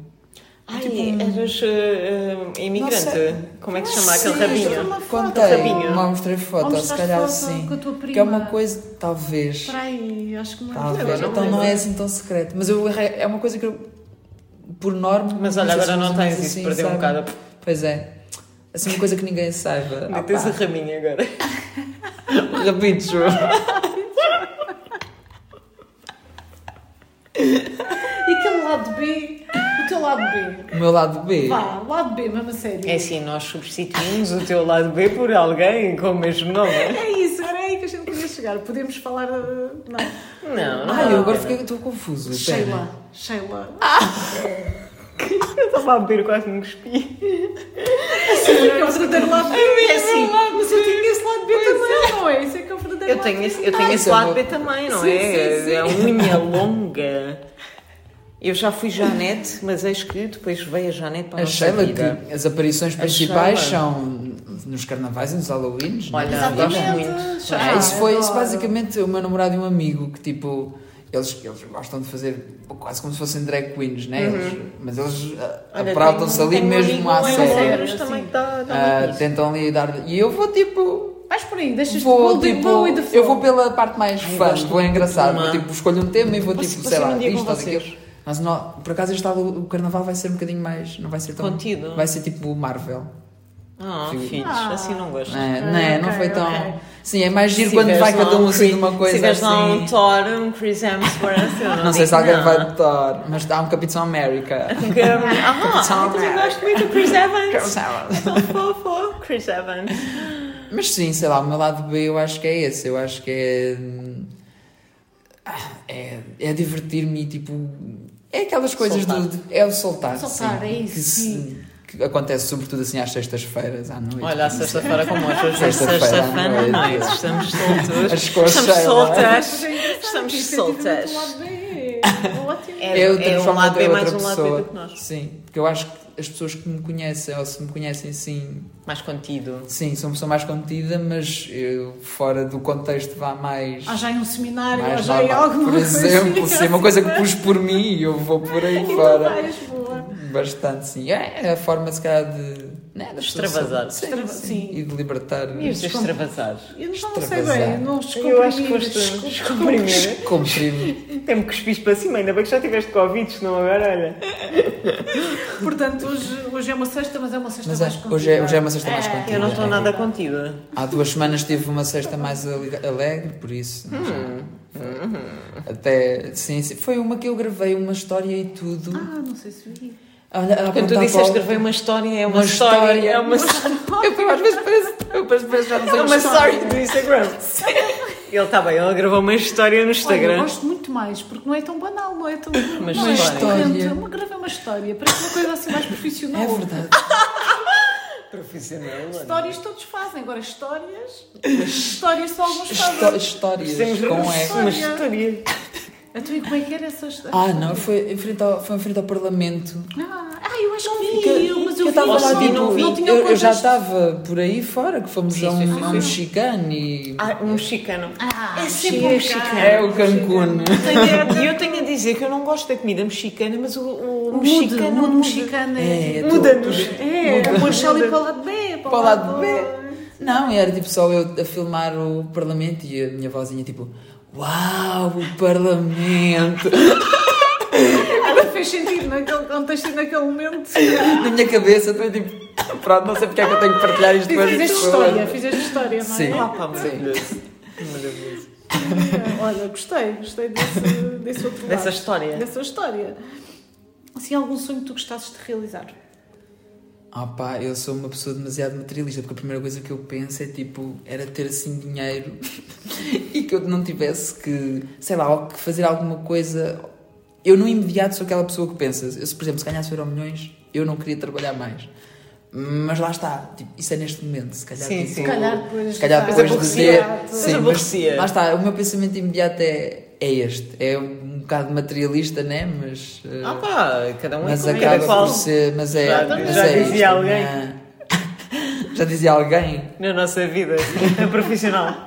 Speaker 2: Ai, é.
Speaker 4: Tipo um-
Speaker 2: eras eh, eh, imigrante.
Speaker 4: Não sei.
Speaker 2: Como é que se chama aquele
Speaker 3: isto
Speaker 2: rabinho?
Speaker 3: não-
Speaker 4: Contei,
Speaker 2: Rabinho.
Speaker 4: não mostrei foto,
Speaker 3: Mostraste
Speaker 4: se calhar
Speaker 3: foto
Speaker 4: sim.
Speaker 3: com a tua
Speaker 4: Que é uma
Speaker 3: prima.
Speaker 4: coisa, talvez.
Speaker 3: Espera aí, acho que não é.
Speaker 4: Talvez.
Speaker 2: não
Speaker 4: então não
Speaker 2: lembro.
Speaker 4: é assim tão secreto. Mas eu errei- é uma coisa que eu, por norma.
Speaker 2: Mas olha,
Speaker 4: não sei se
Speaker 2: agora não
Speaker 4: uso
Speaker 2: tens
Speaker 4: muito
Speaker 2: isso,
Speaker 4: assim,
Speaker 2: perdeu um
Speaker 4: sabe?
Speaker 2: bocado.
Speaker 4: Pois é. Assim, uma coisa que ninguém saiba.
Speaker 2: Ainda
Speaker 4: Ah,
Speaker 2: tens a
Speaker 4: pá.
Speaker 2: rabinha agora.
Speaker 4: Rabicho.
Speaker 3: E aquele lado B, o teu lado
Speaker 4: O meu lado B.
Speaker 3: B. Vá, lado B, mesmo a sério.
Speaker 2: É assim, nós substituímos o teu lado B por alguém com o mesmo nome.
Speaker 3: É isso, era aí que a gente queria chegar. Podemos falar. uh, Não.
Speaker 2: Não, não.
Speaker 4: Ah,
Speaker 2: vale
Speaker 4: eu
Speaker 2: a
Speaker 4: agora
Speaker 2: pena.
Speaker 4: fiquei, estou confuso. pera.
Speaker 3: Sheila. Sheila.
Speaker 2: Eu estava a beber quase um me cuspi.
Speaker 3: Sim, que é o verdadeiro lado B.
Speaker 2: É assim.
Speaker 3: Mas eu tenho esse lado B também, não é? Isso é que é o verdadeiro
Speaker 2: Eu tenho
Speaker 3: lado B.
Speaker 2: esse, eu tenho esse
Speaker 4: Ah, isso é
Speaker 2: lado
Speaker 4: bom.
Speaker 2: B também, não
Speaker 3: Sim,
Speaker 2: é?
Speaker 3: sim, sim.
Speaker 2: É a unha longa. Eu já fui Janete, mas eis que depois veio a Janete para a
Speaker 4: A
Speaker 2: nossa
Speaker 4: Sheila,
Speaker 2: vida.
Speaker 4: que as aparições principais
Speaker 2: Sheila.
Speaker 4: são nos carnavais e nos Halloweens. não é?
Speaker 2: Olha,
Speaker 4: Exatamente.
Speaker 2: gosto
Speaker 3: Exatamente.
Speaker 2: muito.
Speaker 4: Ah,
Speaker 3: Ah,
Speaker 4: isso foi isso
Speaker 3: adoro.
Speaker 4: basicamente o meu namorado e um amigo que tipo. Eles, eles gostam de fazer quase como se fossem drag queens, né? Eles- mas eles ah,
Speaker 2: Uhum. Olha,
Speaker 4: aprautam-se
Speaker 2: tenho-
Speaker 4: ali
Speaker 2: tenho um
Speaker 4: mesmo
Speaker 2: amigo
Speaker 4: à
Speaker 2: em
Speaker 4: sério.
Speaker 2: Oeiras também que dá- dá
Speaker 4: Ah,
Speaker 2: muito isso.
Speaker 4: tentam ali dar. E eu vou tipo.
Speaker 3: Vais por aí, deixas-te
Speaker 4: Vou,
Speaker 3: golden
Speaker 4: tipo
Speaker 3: bow e the
Speaker 4: eu vou
Speaker 3: flow.
Speaker 4: pela parte mais fã,
Speaker 2: gosto
Speaker 4: vou
Speaker 2: muito
Speaker 4: engraçado.
Speaker 2: de uma-
Speaker 4: Vou, tipo, escolho um tema e vou
Speaker 2: Posso-
Speaker 4: tipo,
Speaker 2: posso
Speaker 4: sei
Speaker 2: ir um
Speaker 4: lá,
Speaker 2: dia com
Speaker 4: disto ou daquilo.
Speaker 2: vocês?
Speaker 4: Mas não, por acaso este ano o carnaval vai ser um bocadinho mais. Não vai ser tão.
Speaker 2: Contido.
Speaker 4: Vai ser tipo Marvel.
Speaker 2: Ah,
Speaker 4: Sim.
Speaker 2: filhos,
Speaker 3: Ah.
Speaker 2: assim não gosto.
Speaker 4: Não é? Não, é? Não
Speaker 3: ok,
Speaker 4: foi tão.
Speaker 3: ok.
Speaker 4: Sim, é mais giro
Speaker 2: Se
Speaker 4: quando
Speaker 2: tiveres
Speaker 4: vai
Speaker 2: lá
Speaker 4: cada um assim
Speaker 2: Chris-
Speaker 4: de uma coisa.
Speaker 2: Se tiveres
Speaker 4: assim.
Speaker 2: lá um Thor, um Chris Hemsworth, eu
Speaker 4: Não sei se alguém
Speaker 2: digo
Speaker 4: vai
Speaker 2: não.
Speaker 4: votar, mas há um Capitão América.
Speaker 2: Porque, ah,
Speaker 4: Capitão
Speaker 2: eu também
Speaker 4: América.
Speaker 2: gosto muito do Chris Evans.
Speaker 4: Mas
Speaker 2: Tão fofo, Chris Evans.
Speaker 4: sim, sei lá, o meu lado B eu acho que é esse. Eu acho que é. hum, ah, É, é divertir-me e tipo. É aquelas coisas
Speaker 2: Soltar.
Speaker 4: do. de- É o soltar.
Speaker 3: Soltar,
Speaker 4: sim,
Speaker 3: é isso,
Speaker 4: Que, se-
Speaker 3: sim.
Speaker 4: que acontece sobretudo assim às sextas-feiras, à noite.
Speaker 2: Olha, a sexta-feira como hoje, hoje é
Speaker 4: Sexta-feira à
Speaker 2: sexta-feira à
Speaker 4: noite.
Speaker 2: noite, estamos soltos.
Speaker 4: As cores
Speaker 2: Estamos
Speaker 4: cheias,
Speaker 2: soltas.
Speaker 3: Mas é engraçado,
Speaker 2: Estamos
Speaker 3: isso é
Speaker 2: soltas.
Speaker 3: efetivamente um lado B. Ótimo.
Speaker 2: É-
Speaker 4: eu
Speaker 2: um lado
Speaker 4: transformo-me
Speaker 2: B
Speaker 4: em
Speaker 2: mais
Speaker 4: outra
Speaker 2: um lado B do
Speaker 4: pessoa.
Speaker 2: que nós.
Speaker 4: Sim, porque eu acho que as pessoas que me conhecem, ou se me conhecem assim,
Speaker 2: Mais contido.
Speaker 4: sim, sou uma pessoa mais contida, mas eu, fora do contexto vá mais.
Speaker 3: Há já em um seminário, há
Speaker 4: mais
Speaker 3: já em
Speaker 4: normal.
Speaker 3: alguma
Speaker 4: Por exemplo,
Speaker 3: coisa. assim.
Speaker 4: sim, uma coisa que pus por mim e eu vou por aí
Speaker 3: Então
Speaker 4: fora.
Speaker 3: vais, boa.
Speaker 4: Bastante, sim. É a forma, se calhar, de. Né, das pessoas-
Speaker 2: Extravasar.
Speaker 4: Sim,
Speaker 3: Extrava-
Speaker 4: sim.
Speaker 3: sim.
Speaker 4: E de libertar.
Speaker 2: E os extravasares?
Speaker 3: Eu já não sei
Speaker 4: Extravasar.
Speaker 3: bem, não os
Speaker 2: Eu acho que
Speaker 3: comprimidos,
Speaker 2: foste
Speaker 3: desculpa.
Speaker 2: descomprimir.
Speaker 4: Comprimido.
Speaker 2: Até me cuspiste para cima, ainda bem que já tiveste Covid, senão agora olha.
Speaker 3: Portanto, hoje, hoje é uma sexta, mas é uma sexta
Speaker 4: Mas é,
Speaker 3: mais contida.
Speaker 4: hoje, é, hoje é uma sexta mais
Speaker 3: É,
Speaker 4: contida.
Speaker 2: Eu não estou nada contida.
Speaker 4: Há duas semanas tive uma sexta mais ale- alegre, por isso. não sei. Até. Sim, sim. Foi uma que eu gravei uma história e tudo.
Speaker 3: Ah, não sei se vi.
Speaker 4: Olha,
Speaker 2: Quando
Speaker 4: a
Speaker 2: tu
Speaker 4: apontar para
Speaker 2: Então disseste
Speaker 4: o-
Speaker 2: que gravei uma história, é uma,
Speaker 4: Uma
Speaker 2: história,
Speaker 4: história.
Speaker 2: É uma,
Speaker 4: Eu eu às vezes parece. Eu às vezes já não sei
Speaker 2: é uma
Speaker 4: o que
Speaker 2: story do Instagram. Ele está bem, ele gravou uma história no
Speaker 3: Olha, eu
Speaker 2: Instagram.
Speaker 3: gosto muito mais, porque não é tão banal, não é tão.
Speaker 2: Mas
Speaker 3: não é
Speaker 2: história.
Speaker 3: corrente. Eu me gravei uma história, parece uma coisa assim mais profissional.
Speaker 4: É verdade.
Speaker 2: Profissional.
Speaker 3: Histórias todos fazem, agora histórias. Histórias só alguns
Speaker 4: Histó-
Speaker 3: fazem.
Speaker 4: Histórias
Speaker 2: Temos
Speaker 4: com E.
Speaker 2: uma história.
Speaker 3: Então, e como é que era essa história?
Speaker 4: Ah, não, foi em frente ao, foi em frente ao Parlamento.
Speaker 3: Ah, ah, eu acho que vi, eu, mas eu,
Speaker 4: eu
Speaker 3: vi,
Speaker 4: estava
Speaker 3: mas
Speaker 4: lá,
Speaker 3: não,
Speaker 4: tipo,
Speaker 3: não, não tinha
Speaker 4: eu, eu já
Speaker 3: contexto.
Speaker 4: estava por aí fora, que fomos a
Speaker 2: sim,
Speaker 4: um,
Speaker 2: sim,
Speaker 4: a um mexicano e.
Speaker 2: Ah, um mexicano.
Speaker 3: Ah,
Speaker 2: É sempre um
Speaker 4: é
Speaker 2: mexicano.
Speaker 4: o Cancún.
Speaker 2: Tenho- E eu tenho a dizer que eu não gosto da comida mexicana, mas o, o
Speaker 3: O mexicano,
Speaker 2: mexicano
Speaker 3: muda,
Speaker 2: muda.
Speaker 3: mexicano é.
Speaker 4: É,
Speaker 3: É,
Speaker 4: tu-
Speaker 2: Muda-nos.
Speaker 3: é puxá-lo para o lado B,
Speaker 4: Para o lado B. Não, era tipo só eu a filmar o Parlamento e a minha vozinha tipo. Uau, o Parlamento!
Speaker 3: Ah, fez sentido naquele contexto e naquele momento.
Speaker 4: Na minha cabeça foi tipo. Pronto, não sei porque é que eu tenho que partilhar isto com as
Speaker 3: Fizeste
Speaker 4: pessoas.
Speaker 3: história, fizeste história, não é?
Speaker 4: Sim.
Speaker 2: Ah, pá, maravilhoso. Maravilhoso.
Speaker 3: Olha, gostei, gostei desse, desse outro lado.
Speaker 2: Dessa história.
Speaker 3: Dessa história. Assim, algum sonho que tu gostasses de realizar?
Speaker 4: Ah pá, eu sou uma pessoa demasiado materialista, porque a primeira coisa que eu penso é tipo, era ter assim dinheiro e que eu não tivesse que, sei lá, ou que fazer alguma coisa eu no imediato sou aquela pessoa que pensa, eu, se, por exemplo, se ganhasse euro milhões, eu não queria trabalhar mais. Mas lá está, tipo, isso é neste momento, se calhar.
Speaker 2: Sim,
Speaker 4: tipo,
Speaker 2: sim.
Speaker 3: Se calhar depois.
Speaker 4: se calhar
Speaker 3: está.
Speaker 4: depois de
Speaker 2: aborrecia,
Speaker 4: ter.
Speaker 2: depois
Speaker 4: Sim, mas
Speaker 2: aborrecia.
Speaker 4: Lá está, o meu pensamento imediato é, é este. É um bocado materialista, né? Mas. eh,
Speaker 2: Ah pá, cada um
Speaker 4: mas
Speaker 2: é como cada
Speaker 4: acaba
Speaker 2: qual.
Speaker 4: por ser. Mas é.
Speaker 2: Já-
Speaker 4: mas
Speaker 2: já
Speaker 4: é
Speaker 2: dizia
Speaker 4: isto,
Speaker 2: alguém.
Speaker 4: né? já dizia alguém.
Speaker 2: Na nossa vida profissional.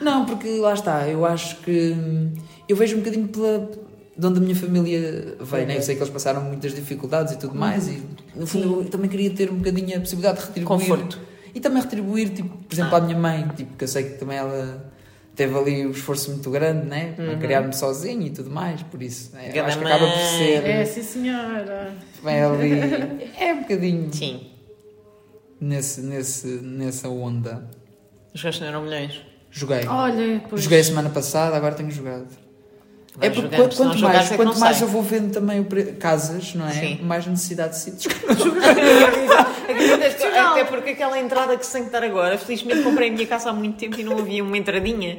Speaker 4: Não, porque lá está, eu acho que hum, eu vejo um bocadinho pela de onde a minha família vem, né? Eu sei que eles passaram muitas dificuldades e tudo mais, e no fundo eu também queria ter um bocadinho a possibilidade de retribuir.
Speaker 2: Conforto.
Speaker 4: E também retribuir, tipo, por exemplo, à minha mãe, tipo, que eu sei que também ela teve ali um esforço muito grande, né? Para criar-me sozinha e tudo mais, por isso, né? eu
Speaker 2: Ganda
Speaker 4: acho que acaba por
Speaker 2: mãe.
Speaker 4: ser.
Speaker 3: É, sim senhora.
Speaker 4: Vai ali. É um bocadinho
Speaker 2: Sim.
Speaker 4: nesse, nesse, nessa onda.
Speaker 2: Jogaste no Euro Milhões.
Speaker 4: Joguei.
Speaker 3: Olha, Oh, pois.
Speaker 4: É. Joguei a semana passada, agora tenho jogado.
Speaker 2: Vai
Speaker 4: É porque
Speaker 2: jogando,
Speaker 4: quanto,
Speaker 2: se não
Speaker 4: quanto
Speaker 2: jogares
Speaker 4: mais,
Speaker 2: é que
Speaker 4: quanto
Speaker 2: não
Speaker 4: mais
Speaker 2: sai.
Speaker 4: eu vou vendo também o pre... casas, não é?
Speaker 2: Sim.
Speaker 4: Mais necessidade de sítios.
Speaker 2: É
Speaker 4: É
Speaker 2: Até porque aquela entrada que se tem que dar agora, felizmente comprei a minha casa há muito tempo e não havia uma entradinha.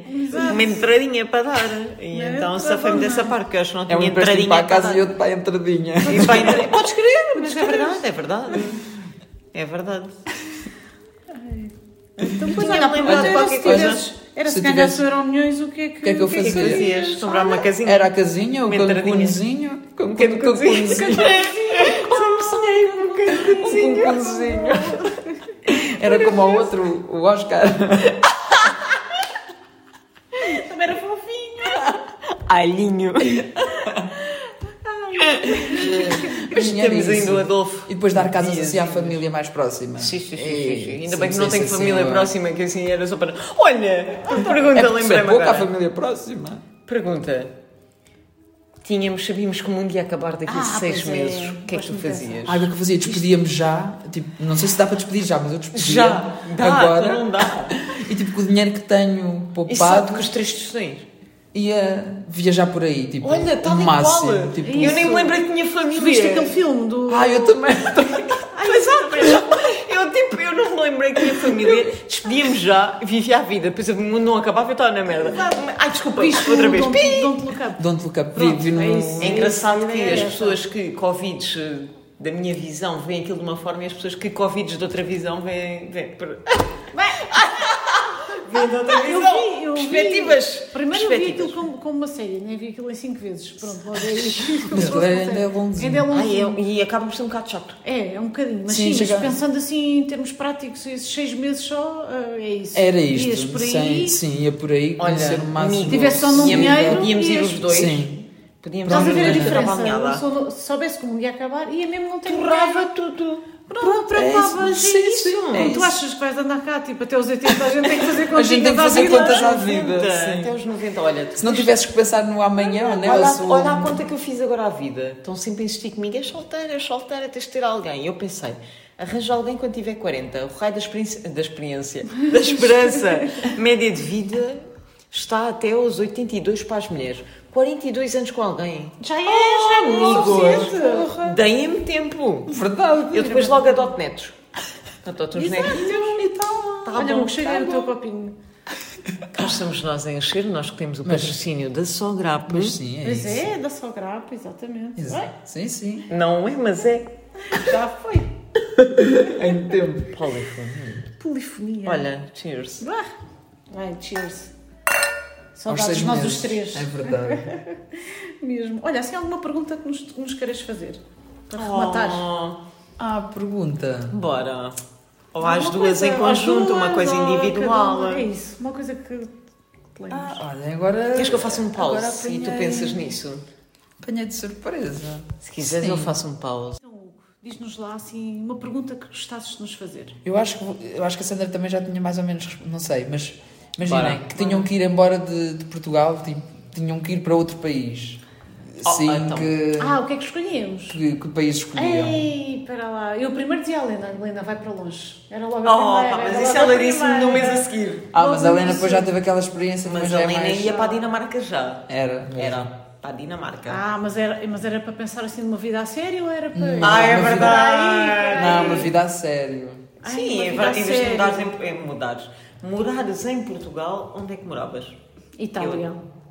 Speaker 2: Uma entradinha para dar. E
Speaker 3: Não é
Speaker 2: então
Speaker 3: entrada,
Speaker 2: safei-me
Speaker 3: não é?
Speaker 2: dessa parte, que eu acho que não
Speaker 4: É um
Speaker 2: tinha
Speaker 4: empréstimo
Speaker 2: entradinha
Speaker 4: para a
Speaker 2: para
Speaker 4: casa
Speaker 2: dar.
Speaker 4: e outro para a entradinha.
Speaker 2: E para a entrada- Podes crer, mas é verdade, é verdade. É verdade.
Speaker 3: Então, pois
Speaker 2: Tinha-me
Speaker 3: olha, a
Speaker 2: lembrado
Speaker 3: pergunta
Speaker 2: de
Speaker 3: era
Speaker 2: qualquer
Speaker 3: se
Speaker 2: coisa.
Speaker 3: tivesses. Era
Speaker 4: Se
Speaker 3: se ganhasse
Speaker 4: tivesse-
Speaker 3: o euro milhões, o que é que.
Speaker 4: que é que eu
Speaker 2: O que é que
Speaker 4: Fazia.
Speaker 2: fazias? Sobrar uma casinha?
Speaker 4: Era um assim. a casinha, o
Speaker 2: Uma entradinha.
Speaker 4: cancunzinho.
Speaker 2: um bocadinho de cozinha. Sempre sonhei com um bocadinho
Speaker 4: assim.
Speaker 2: de cozinha.
Speaker 4: Cancunzinho. Era como ao outro, o Oscar.
Speaker 3: Também era fofinho.
Speaker 2: Alhinho. Mas
Speaker 4: Tinha
Speaker 2: temos
Speaker 4: isso.
Speaker 2: ainda o Adolfo.
Speaker 4: E depois dar casas
Speaker 2: Dias,
Speaker 4: assim à família mais próxima.
Speaker 2: Sim, sim, sim,
Speaker 4: Ei,
Speaker 2: sim, sim. Ainda
Speaker 4: É, sim,
Speaker 2: bem que não
Speaker 4: sim,
Speaker 2: tenho
Speaker 4: sim,
Speaker 2: família
Speaker 4: senhora.
Speaker 2: próxima, que assim era só para. Olha! Pergunta,
Speaker 4: É porque se é
Speaker 2: lembrei-me
Speaker 4: pouco à
Speaker 2: agora.
Speaker 4: família próxima.
Speaker 2: Pergunta. Tínhamos, sabíamos que o mundo ia acabar daqui a
Speaker 3: Ah,
Speaker 2: seis
Speaker 3: pois é.
Speaker 2: meses. O que é que tu
Speaker 3: Gosto muito dessa.
Speaker 2: fazias?
Speaker 4: Ah, o que é que eu fazia? Despedia-me já. Tipo, não sei se dá para despedir já, mas eu despedia.
Speaker 2: Já! Dá,
Speaker 4: agora.
Speaker 2: então não dá. é
Speaker 4: E tipo, com o dinheiro que tenho
Speaker 2: E sabe
Speaker 4: poupado,
Speaker 2: que os três tostões.
Speaker 4: ia viajar por aí. Tipo,
Speaker 2: Olha,
Speaker 4: o
Speaker 2: tal e
Speaker 4: máximo.
Speaker 2: qual.
Speaker 4: Tipo,
Speaker 2: eu nem
Speaker 3: isso.
Speaker 2: me lembrei que tinha família.
Speaker 3: Viste aquele filme do.
Speaker 4: Ah, eu também.
Speaker 2: Pois é, pois é. Eu, tipo, eu não me lembrei que tinha família. Despedia-me já, vivia a vida. Depois o mundo não acabava e eu estava na merda. Ai, desculpa,
Speaker 3: Viste
Speaker 2: outra
Speaker 3: o
Speaker 2: vez.
Speaker 3: Don't-
Speaker 2: Pi!
Speaker 3: Don't Look Up.
Speaker 4: Don't look up. Vi,
Speaker 3: Pronto,
Speaker 4: vi no...
Speaker 3: é isso.
Speaker 2: É engraçado que as
Speaker 3: É essa.
Speaker 2: pessoas que Covids eh, da minha visão veem aquilo de uma forma e as pessoas que Covids de outra visão veem. veem por- Veem de outra
Speaker 3: Eu
Speaker 2: visão.
Speaker 3: vi, eu vi.
Speaker 2: Perspectivas.
Speaker 3: Primeiro eu vi
Speaker 2: Perspectivas.
Speaker 3: aquilo como, como uma série, nem vi aquilo em 5 vezes. Pronto, logo aí.
Speaker 4: Mas aquilo é- ainda é longezinho.
Speaker 3: Ainda é
Speaker 2: Ai,
Speaker 3: longezinho.
Speaker 2: é- e acaba por ser um bocado chato.
Speaker 3: É, é um bocadinho. Mas
Speaker 4: Sim,
Speaker 3: sim, mas
Speaker 4: chega-
Speaker 3: pensando assim em termos práticos, esses 6 meses só, ah, é isso.
Speaker 4: Era
Speaker 3: Dias
Speaker 4: isto.
Speaker 3: por
Speaker 4: Sem-
Speaker 3: aí.
Speaker 4: sim, ia por aí
Speaker 2: Olha,
Speaker 4: conhecer o máximo.
Speaker 2: amigo,
Speaker 3: Tivesse só num
Speaker 4: Sim,
Speaker 3: dinheiro,
Speaker 2: Podíamos ir os
Speaker 3: ias-
Speaker 2: dois.
Speaker 4: é? Sim.
Speaker 2: Podíamos
Speaker 3: Estás a
Speaker 2: ir
Speaker 3: ver a
Speaker 2: os dois para
Speaker 3: diferença?
Speaker 2: Balneada.
Speaker 3: Eu sou- Se soubesse como ia acabar, ia mesmo não ter
Speaker 2: Torrava
Speaker 3: dinheiro.
Speaker 2: tudo.
Speaker 3: Pronto, preocupavas,
Speaker 4: isso.
Speaker 3: é
Speaker 4: Sim,
Speaker 3: isso.
Speaker 4: sim, é
Speaker 3: tu
Speaker 4: isso.
Speaker 3: achas que vais andar cá, tipo, até os 80 a gente tem que fazer contas
Speaker 4: A gente tem que
Speaker 3: à
Speaker 4: fazer
Speaker 3: vida.
Speaker 4: contas à
Speaker 2: Aos
Speaker 4: vida.
Speaker 2: 90,
Speaker 4: sim.
Speaker 2: Até os 90, olha. tu
Speaker 4: Se não tivesses que pensar no amanhã, né?
Speaker 2: Olha,
Speaker 4: ou
Speaker 2: a-
Speaker 4: se o-
Speaker 2: olha a conta que eu fiz agora à vida. Estão sempre a insistir comigo: é solteira, é solteira, tens de ter alguém. E eu pensei: arranja alguém quando tiver 40. O raio da experiência, da, experiência, da esperança média de vida está até aos 82 para as mulheres. 42 anos com alguém.
Speaker 3: Já é,
Speaker 2: Oh,
Speaker 3: já é suficiente.
Speaker 2: amigos, deem-me tempo.
Speaker 4: Verdade.
Speaker 2: Eu depois logo adoto netos. Adoto uns
Speaker 3: Exato.
Speaker 2: netos. Tá
Speaker 3: Olha,
Speaker 2: bom,
Speaker 3: o que chega
Speaker 2: tá
Speaker 3: é o
Speaker 2: bom.
Speaker 3: teu papinho.
Speaker 2: Cá estamos nós a encher, nós que temos o patrocínio da Sograpa.
Speaker 4: Mas sim, é
Speaker 3: Pois
Speaker 4: isso.
Speaker 3: é, da só grapa, exatamente.
Speaker 2: é?
Speaker 3: Ai,
Speaker 4: Exato. Sim, sim.
Speaker 2: Não é, mas é.
Speaker 3: já foi.
Speaker 4: Em tempo.
Speaker 2: Polifone.
Speaker 3: Polifonia.
Speaker 2: é Olha, cheers.
Speaker 3: Ah. Ai, cheers.
Speaker 4: Aos
Speaker 3: Saudades
Speaker 4: seis
Speaker 3: nós
Speaker 4: meses.
Speaker 3: os três.
Speaker 4: É verdade.
Speaker 2: É.
Speaker 3: Mesmo. Olha, assim alguma pergunta que nos, que nos queiras fazer? Para rematar.
Speaker 2: Oh,
Speaker 4: Ah, pergunta.
Speaker 2: bora. Ou às
Speaker 3: Uma
Speaker 2: duas em
Speaker 3: coisa,
Speaker 2: conjunto,
Speaker 3: às
Speaker 2: uma
Speaker 3: duas,
Speaker 2: coisa
Speaker 3: ou cada
Speaker 2: individual.
Speaker 3: uma. É isso, uma coisa que te lembro.
Speaker 4: Ah, olha, agora.
Speaker 2: Queres que eu faça um
Speaker 4: Agora
Speaker 2: pause e tu
Speaker 4: apanhei-
Speaker 2: pensas nisso?
Speaker 4: Apanhei de surpresa.
Speaker 2: Se quiseres,
Speaker 4: Sim.
Speaker 2: eu faço um pause.
Speaker 3: Então, Hugo, diz-nos lá assim uma pergunta que gostasses de nos fazer.
Speaker 4: Eu acho, que, eu acho que a Sandra também já tinha mais ou menos. resp- Não sei, mas imaginem
Speaker 2: Bora.
Speaker 4: que tinham que ir embora de, de Portugal, tipo, tinham que ir para outro país.
Speaker 2: Oh,
Speaker 4: Sim,
Speaker 2: ah, então.
Speaker 4: que,
Speaker 3: Ah, o que é que escolhemos?
Speaker 4: que, que país escolhiam?
Speaker 3: Ei, para lá. Eu primeiro dizia a Helena, a Helena vai para longe. Era logo
Speaker 2: Oh,
Speaker 3: a primeira.
Speaker 2: pá, mas isso
Speaker 3: era logo
Speaker 2: ela disse-me no mês
Speaker 3: primeira.
Speaker 2: a seguir.
Speaker 4: Ah, mas a
Speaker 3: Logo
Speaker 4: Helena
Speaker 3: no
Speaker 4: depois já teve aquela experiência, mas,
Speaker 2: Mas
Speaker 4: já
Speaker 2: a
Speaker 4: é
Speaker 2: Helena
Speaker 4: mais.
Speaker 2: ia para a Dinamarca já.
Speaker 4: Era. mesmo.
Speaker 2: Era para a Dinamarca.
Speaker 3: É. Ah, mas era, mas era para pensar assim numa vida a sério ou era para.
Speaker 4: Não,
Speaker 2: Ah, é
Speaker 4: uma vida-
Speaker 2: verdade.
Speaker 4: Não, uma vida a sério.
Speaker 3: Ai,
Speaker 2: Sim,
Speaker 3: é uma
Speaker 2: em
Speaker 3: vida a
Speaker 2: vez de
Speaker 3: sério.
Speaker 2: mudares em, em mudares. Morares em Portugal, onde é que moravas?
Speaker 3: Itália.
Speaker 2: Eu-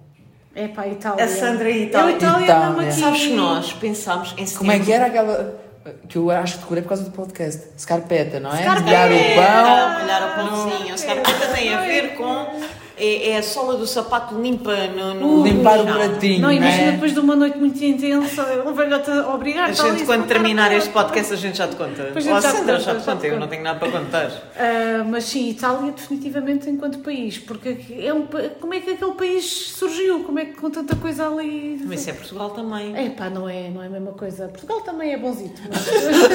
Speaker 3: É pá, Itália.
Speaker 2: A Sandra e Itália.
Speaker 3: Eu, Itália,
Speaker 4: Itália.
Speaker 3: mesmo aqui.
Speaker 2: Sabes que nós pensámos em
Speaker 4: Como é que
Speaker 2: setembro-
Speaker 4: era aquela. que eu acho que decorei por causa do podcast? Scarpeta, não é?
Speaker 3: Scarpeta!
Speaker 4: Molhar o pão.
Speaker 2: Molhar o pãozinho. Se calhar tem a ver com. É, é a sola do sapato limpa no. no-
Speaker 4: Limpar o
Speaker 2: no chão.
Speaker 4: pratinho.
Speaker 3: Não, imagina
Speaker 4: é?
Speaker 3: depois de uma noite muito intensa, um velhote a obrigar
Speaker 2: A
Speaker 3: tal,
Speaker 2: gente,
Speaker 3: isso,
Speaker 2: quando
Speaker 3: contar
Speaker 2: terminar
Speaker 3: tudo.
Speaker 2: este podcast, a gente já te conta.
Speaker 3: tá Pois a
Speaker 2: Ou a
Speaker 3: gente já te
Speaker 2: Sandra
Speaker 3: conta,
Speaker 2: já te
Speaker 3: já te
Speaker 2: conta, eu
Speaker 3: conta.
Speaker 2: não tenho nada para contar.
Speaker 3: Ah, mas sim, Itália definitivamente enquanto país, porque é um, pa- como é que aquele país surgiu? Como é que com tanta coisa ali.
Speaker 2: Mas isso é Portugal também.
Speaker 3: É pá, não é, não é a mesma coisa. Portugal também é bonzito. Mas...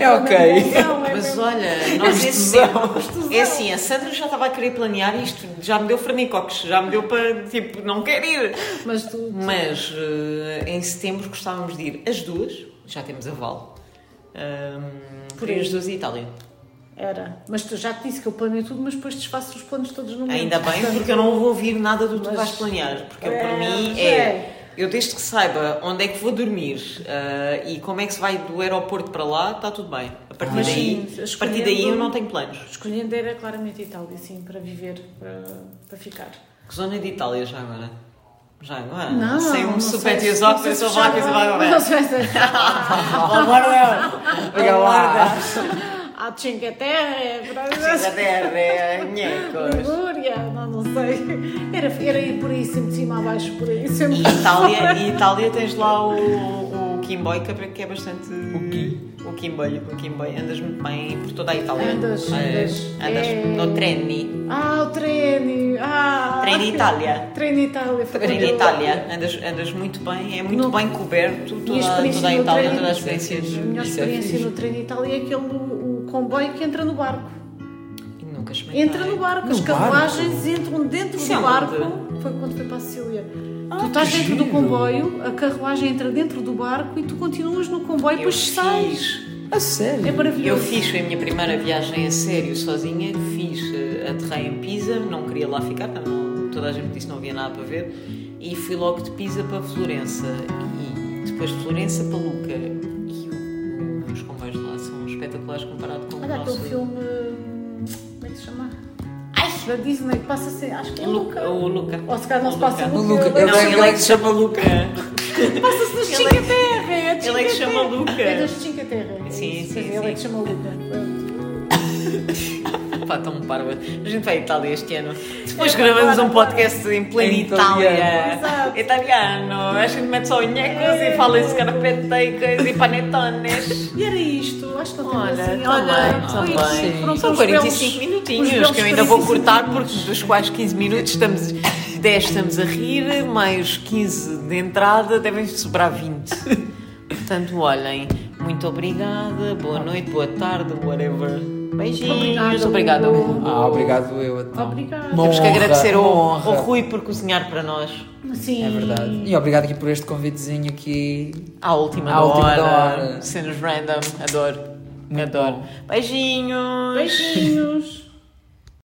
Speaker 4: É ok.
Speaker 3: Não, é
Speaker 2: Mas
Speaker 3: mesmo.
Speaker 2: olha, nós esse tempo- É assim, a Sandra já estava a querer planear isto, já me deu fornicoques, já me deu para, tipo, não quero ir.
Speaker 3: Mas tu.
Speaker 2: Mas eh, em setembro gostávamos de ir as duas, já temos a Val, um, por
Speaker 3: Por
Speaker 2: ir
Speaker 3: aí.
Speaker 2: as duas a Itália.
Speaker 3: Era. Mas tu já te disse que eu planei tudo, mas depois desfaço os planos todos no momento.
Speaker 2: Ainda bem,
Speaker 3: Portanto,
Speaker 2: porque eu não vou ouvir nada do que tu
Speaker 3: Mas-
Speaker 2: vais planear, porque eu,
Speaker 3: É,
Speaker 2: por mim
Speaker 3: sei.
Speaker 2: é. Eu desde que saiba onde é que vou dormir eh, e como é que se vai do aeroporto para lá, está tudo bem. A partir,
Speaker 3: Mas
Speaker 2: daí,
Speaker 3: sim,
Speaker 2: a partir daí eu
Speaker 3: escolhendo-
Speaker 2: não tenho planos.
Speaker 3: Escolhendo era claramente Itália, sim, para viver, para, para ficar.
Speaker 2: Que zona de Itália já agora? Já agora?
Speaker 3: Não,
Speaker 2: Sem um
Speaker 3: não
Speaker 2: super
Speaker 3: sei se-
Speaker 2: tesouro,
Speaker 3: não sei
Speaker 2: eu
Speaker 3: se
Speaker 2: sou vaca, eu sou
Speaker 3: fechava-
Speaker 2: vaca.
Speaker 3: Não é. sei se...
Speaker 4: Manuel! Olha lá!
Speaker 3: Há é, de Cinque Terre,
Speaker 2: Cinque Terre, Nhecos.
Speaker 3: Ligúria, não, não sei. Era, era ir por aí, sempre de cima a baixo, por aí, sempre.
Speaker 2: E Itália, e Itália tens lá o, o Kimboi, que é- que é bastante.
Speaker 4: O quê?
Speaker 2: O Kimboi, o Kimboi. Andas muito bem por toda a Itália.
Speaker 3: Andas, andas.
Speaker 2: Andas
Speaker 3: É.
Speaker 2: no treni.
Speaker 3: Ah, o treni! Ah,
Speaker 2: Treni Itália.
Speaker 3: Treni Itália. foi
Speaker 2: Treni
Speaker 3: quando eu-
Speaker 2: Itália. Andas, andas muito bem, é muito
Speaker 3: No-
Speaker 2: bem coberto toda,
Speaker 3: Minha experiência
Speaker 2: toda a
Speaker 3: no
Speaker 2: Itália,
Speaker 3: treni.
Speaker 2: toda a experiência.
Speaker 3: A melhor
Speaker 4: Isso é
Speaker 3: experiência
Speaker 4: fixe.
Speaker 3: no trem de Itália é aquele o comboio que entra no barco.
Speaker 2: E Nunca experimentei.
Speaker 3: Entra no barco, as
Speaker 4: No barco?
Speaker 3: carruagens entram dentro
Speaker 2: Isso é
Speaker 3: do barco.
Speaker 2: onde?
Speaker 3: Foi quando foi para a Sicília.
Speaker 4: Ah,
Speaker 3: tu estás
Speaker 4: que
Speaker 3: dentro do
Speaker 4: giro.
Speaker 3: comboio, a carruagem entra dentro do barco e tu continuas no comboio e
Speaker 2: Eu
Speaker 3: depois
Speaker 2: fiz.
Speaker 3: sais.
Speaker 4: A
Speaker 3: É
Speaker 4: sério?
Speaker 3: maravilhoso.
Speaker 2: Eu fiz a minha primeira viagem a sério sozinha, fiz, eh, aterrei em Pisa, não queria lá ficar, não, toda a gente disse que não havia nada para ver, e fui logo de Pisa para Florença, e depois de Florença para Luca, e o- os comboios de lá são espetaculares comparado com o
Speaker 3: Olha
Speaker 2: nosso.
Speaker 3: aquele filme. Como é que se chama? Da Disney, que passa a ser. Acho que é
Speaker 2: O Luca.
Speaker 3: Luca.
Speaker 2: O Luca.
Speaker 3: Ou se calhar não se passa
Speaker 4: O Luca.
Speaker 3: Ele
Speaker 4: Eu
Speaker 2: Não,
Speaker 4: sei
Speaker 2: ele
Speaker 4: qual
Speaker 2: é
Speaker 4: é
Speaker 2: que
Speaker 4: que
Speaker 2: se chama Luca.
Speaker 3: Passa-se nas
Speaker 2: Ele é-
Speaker 3: Cinque Terre. é de
Speaker 2: ele é que
Speaker 3: Cinque
Speaker 2: chama
Speaker 3: Terre.
Speaker 2: Luca.
Speaker 3: É das Cinque Terre. é
Speaker 2: Sim,
Speaker 3: isso,
Speaker 2: sim,
Speaker 3: quer dizer, Ele é
Speaker 2: sim.
Speaker 3: que chama Luca. Pronto.
Speaker 2: Pá, tão parva. A gente vai à Itália este ano. Depois gravamos um podcast em plena
Speaker 4: Em
Speaker 2: Itália.
Speaker 4: italiano.
Speaker 3: Exato.
Speaker 2: Italiano. A gente mete só nhecos e fala em scarpetta e coisa e panetones.
Speaker 3: E era isto. Acho que não
Speaker 2: Olha,
Speaker 3: temos assim.
Speaker 2: tá bem, tá
Speaker 3: foi-
Speaker 2: bem.
Speaker 3: foram só
Speaker 2: São
Speaker 3: os belos-
Speaker 2: 45
Speaker 3: os
Speaker 2: minutinhos
Speaker 3: belos
Speaker 2: que eu ainda vou
Speaker 3: 45
Speaker 2: cortar, porque dos quais 15 minutos estamos. 10 estamos a rir, mais 15 de entrada, devem sobrar 20. Portanto, olhem, muito obrigada, boa noite, boa tarde, whatever. Beijinhos,
Speaker 3: Obrigada,
Speaker 2: obrigada.
Speaker 3: Hugo.
Speaker 4: Ah, obrigado eu. Então.
Speaker 3: Obrigada.
Speaker 4: Uma
Speaker 2: Temos que
Speaker 4: honra,
Speaker 2: agradecer ao,
Speaker 4: uma
Speaker 2: ao
Speaker 4: honra.
Speaker 2: Rui por cozinhar para nós
Speaker 3: Sim.
Speaker 4: É verdade. E obrigado aqui por este convitezinho aqui.
Speaker 2: à última,
Speaker 4: À
Speaker 2: da
Speaker 4: última
Speaker 2: hora.
Speaker 4: da hora.
Speaker 2: Cenas random, adoro. adoro. Beijinhos.
Speaker 3: Beijinhos.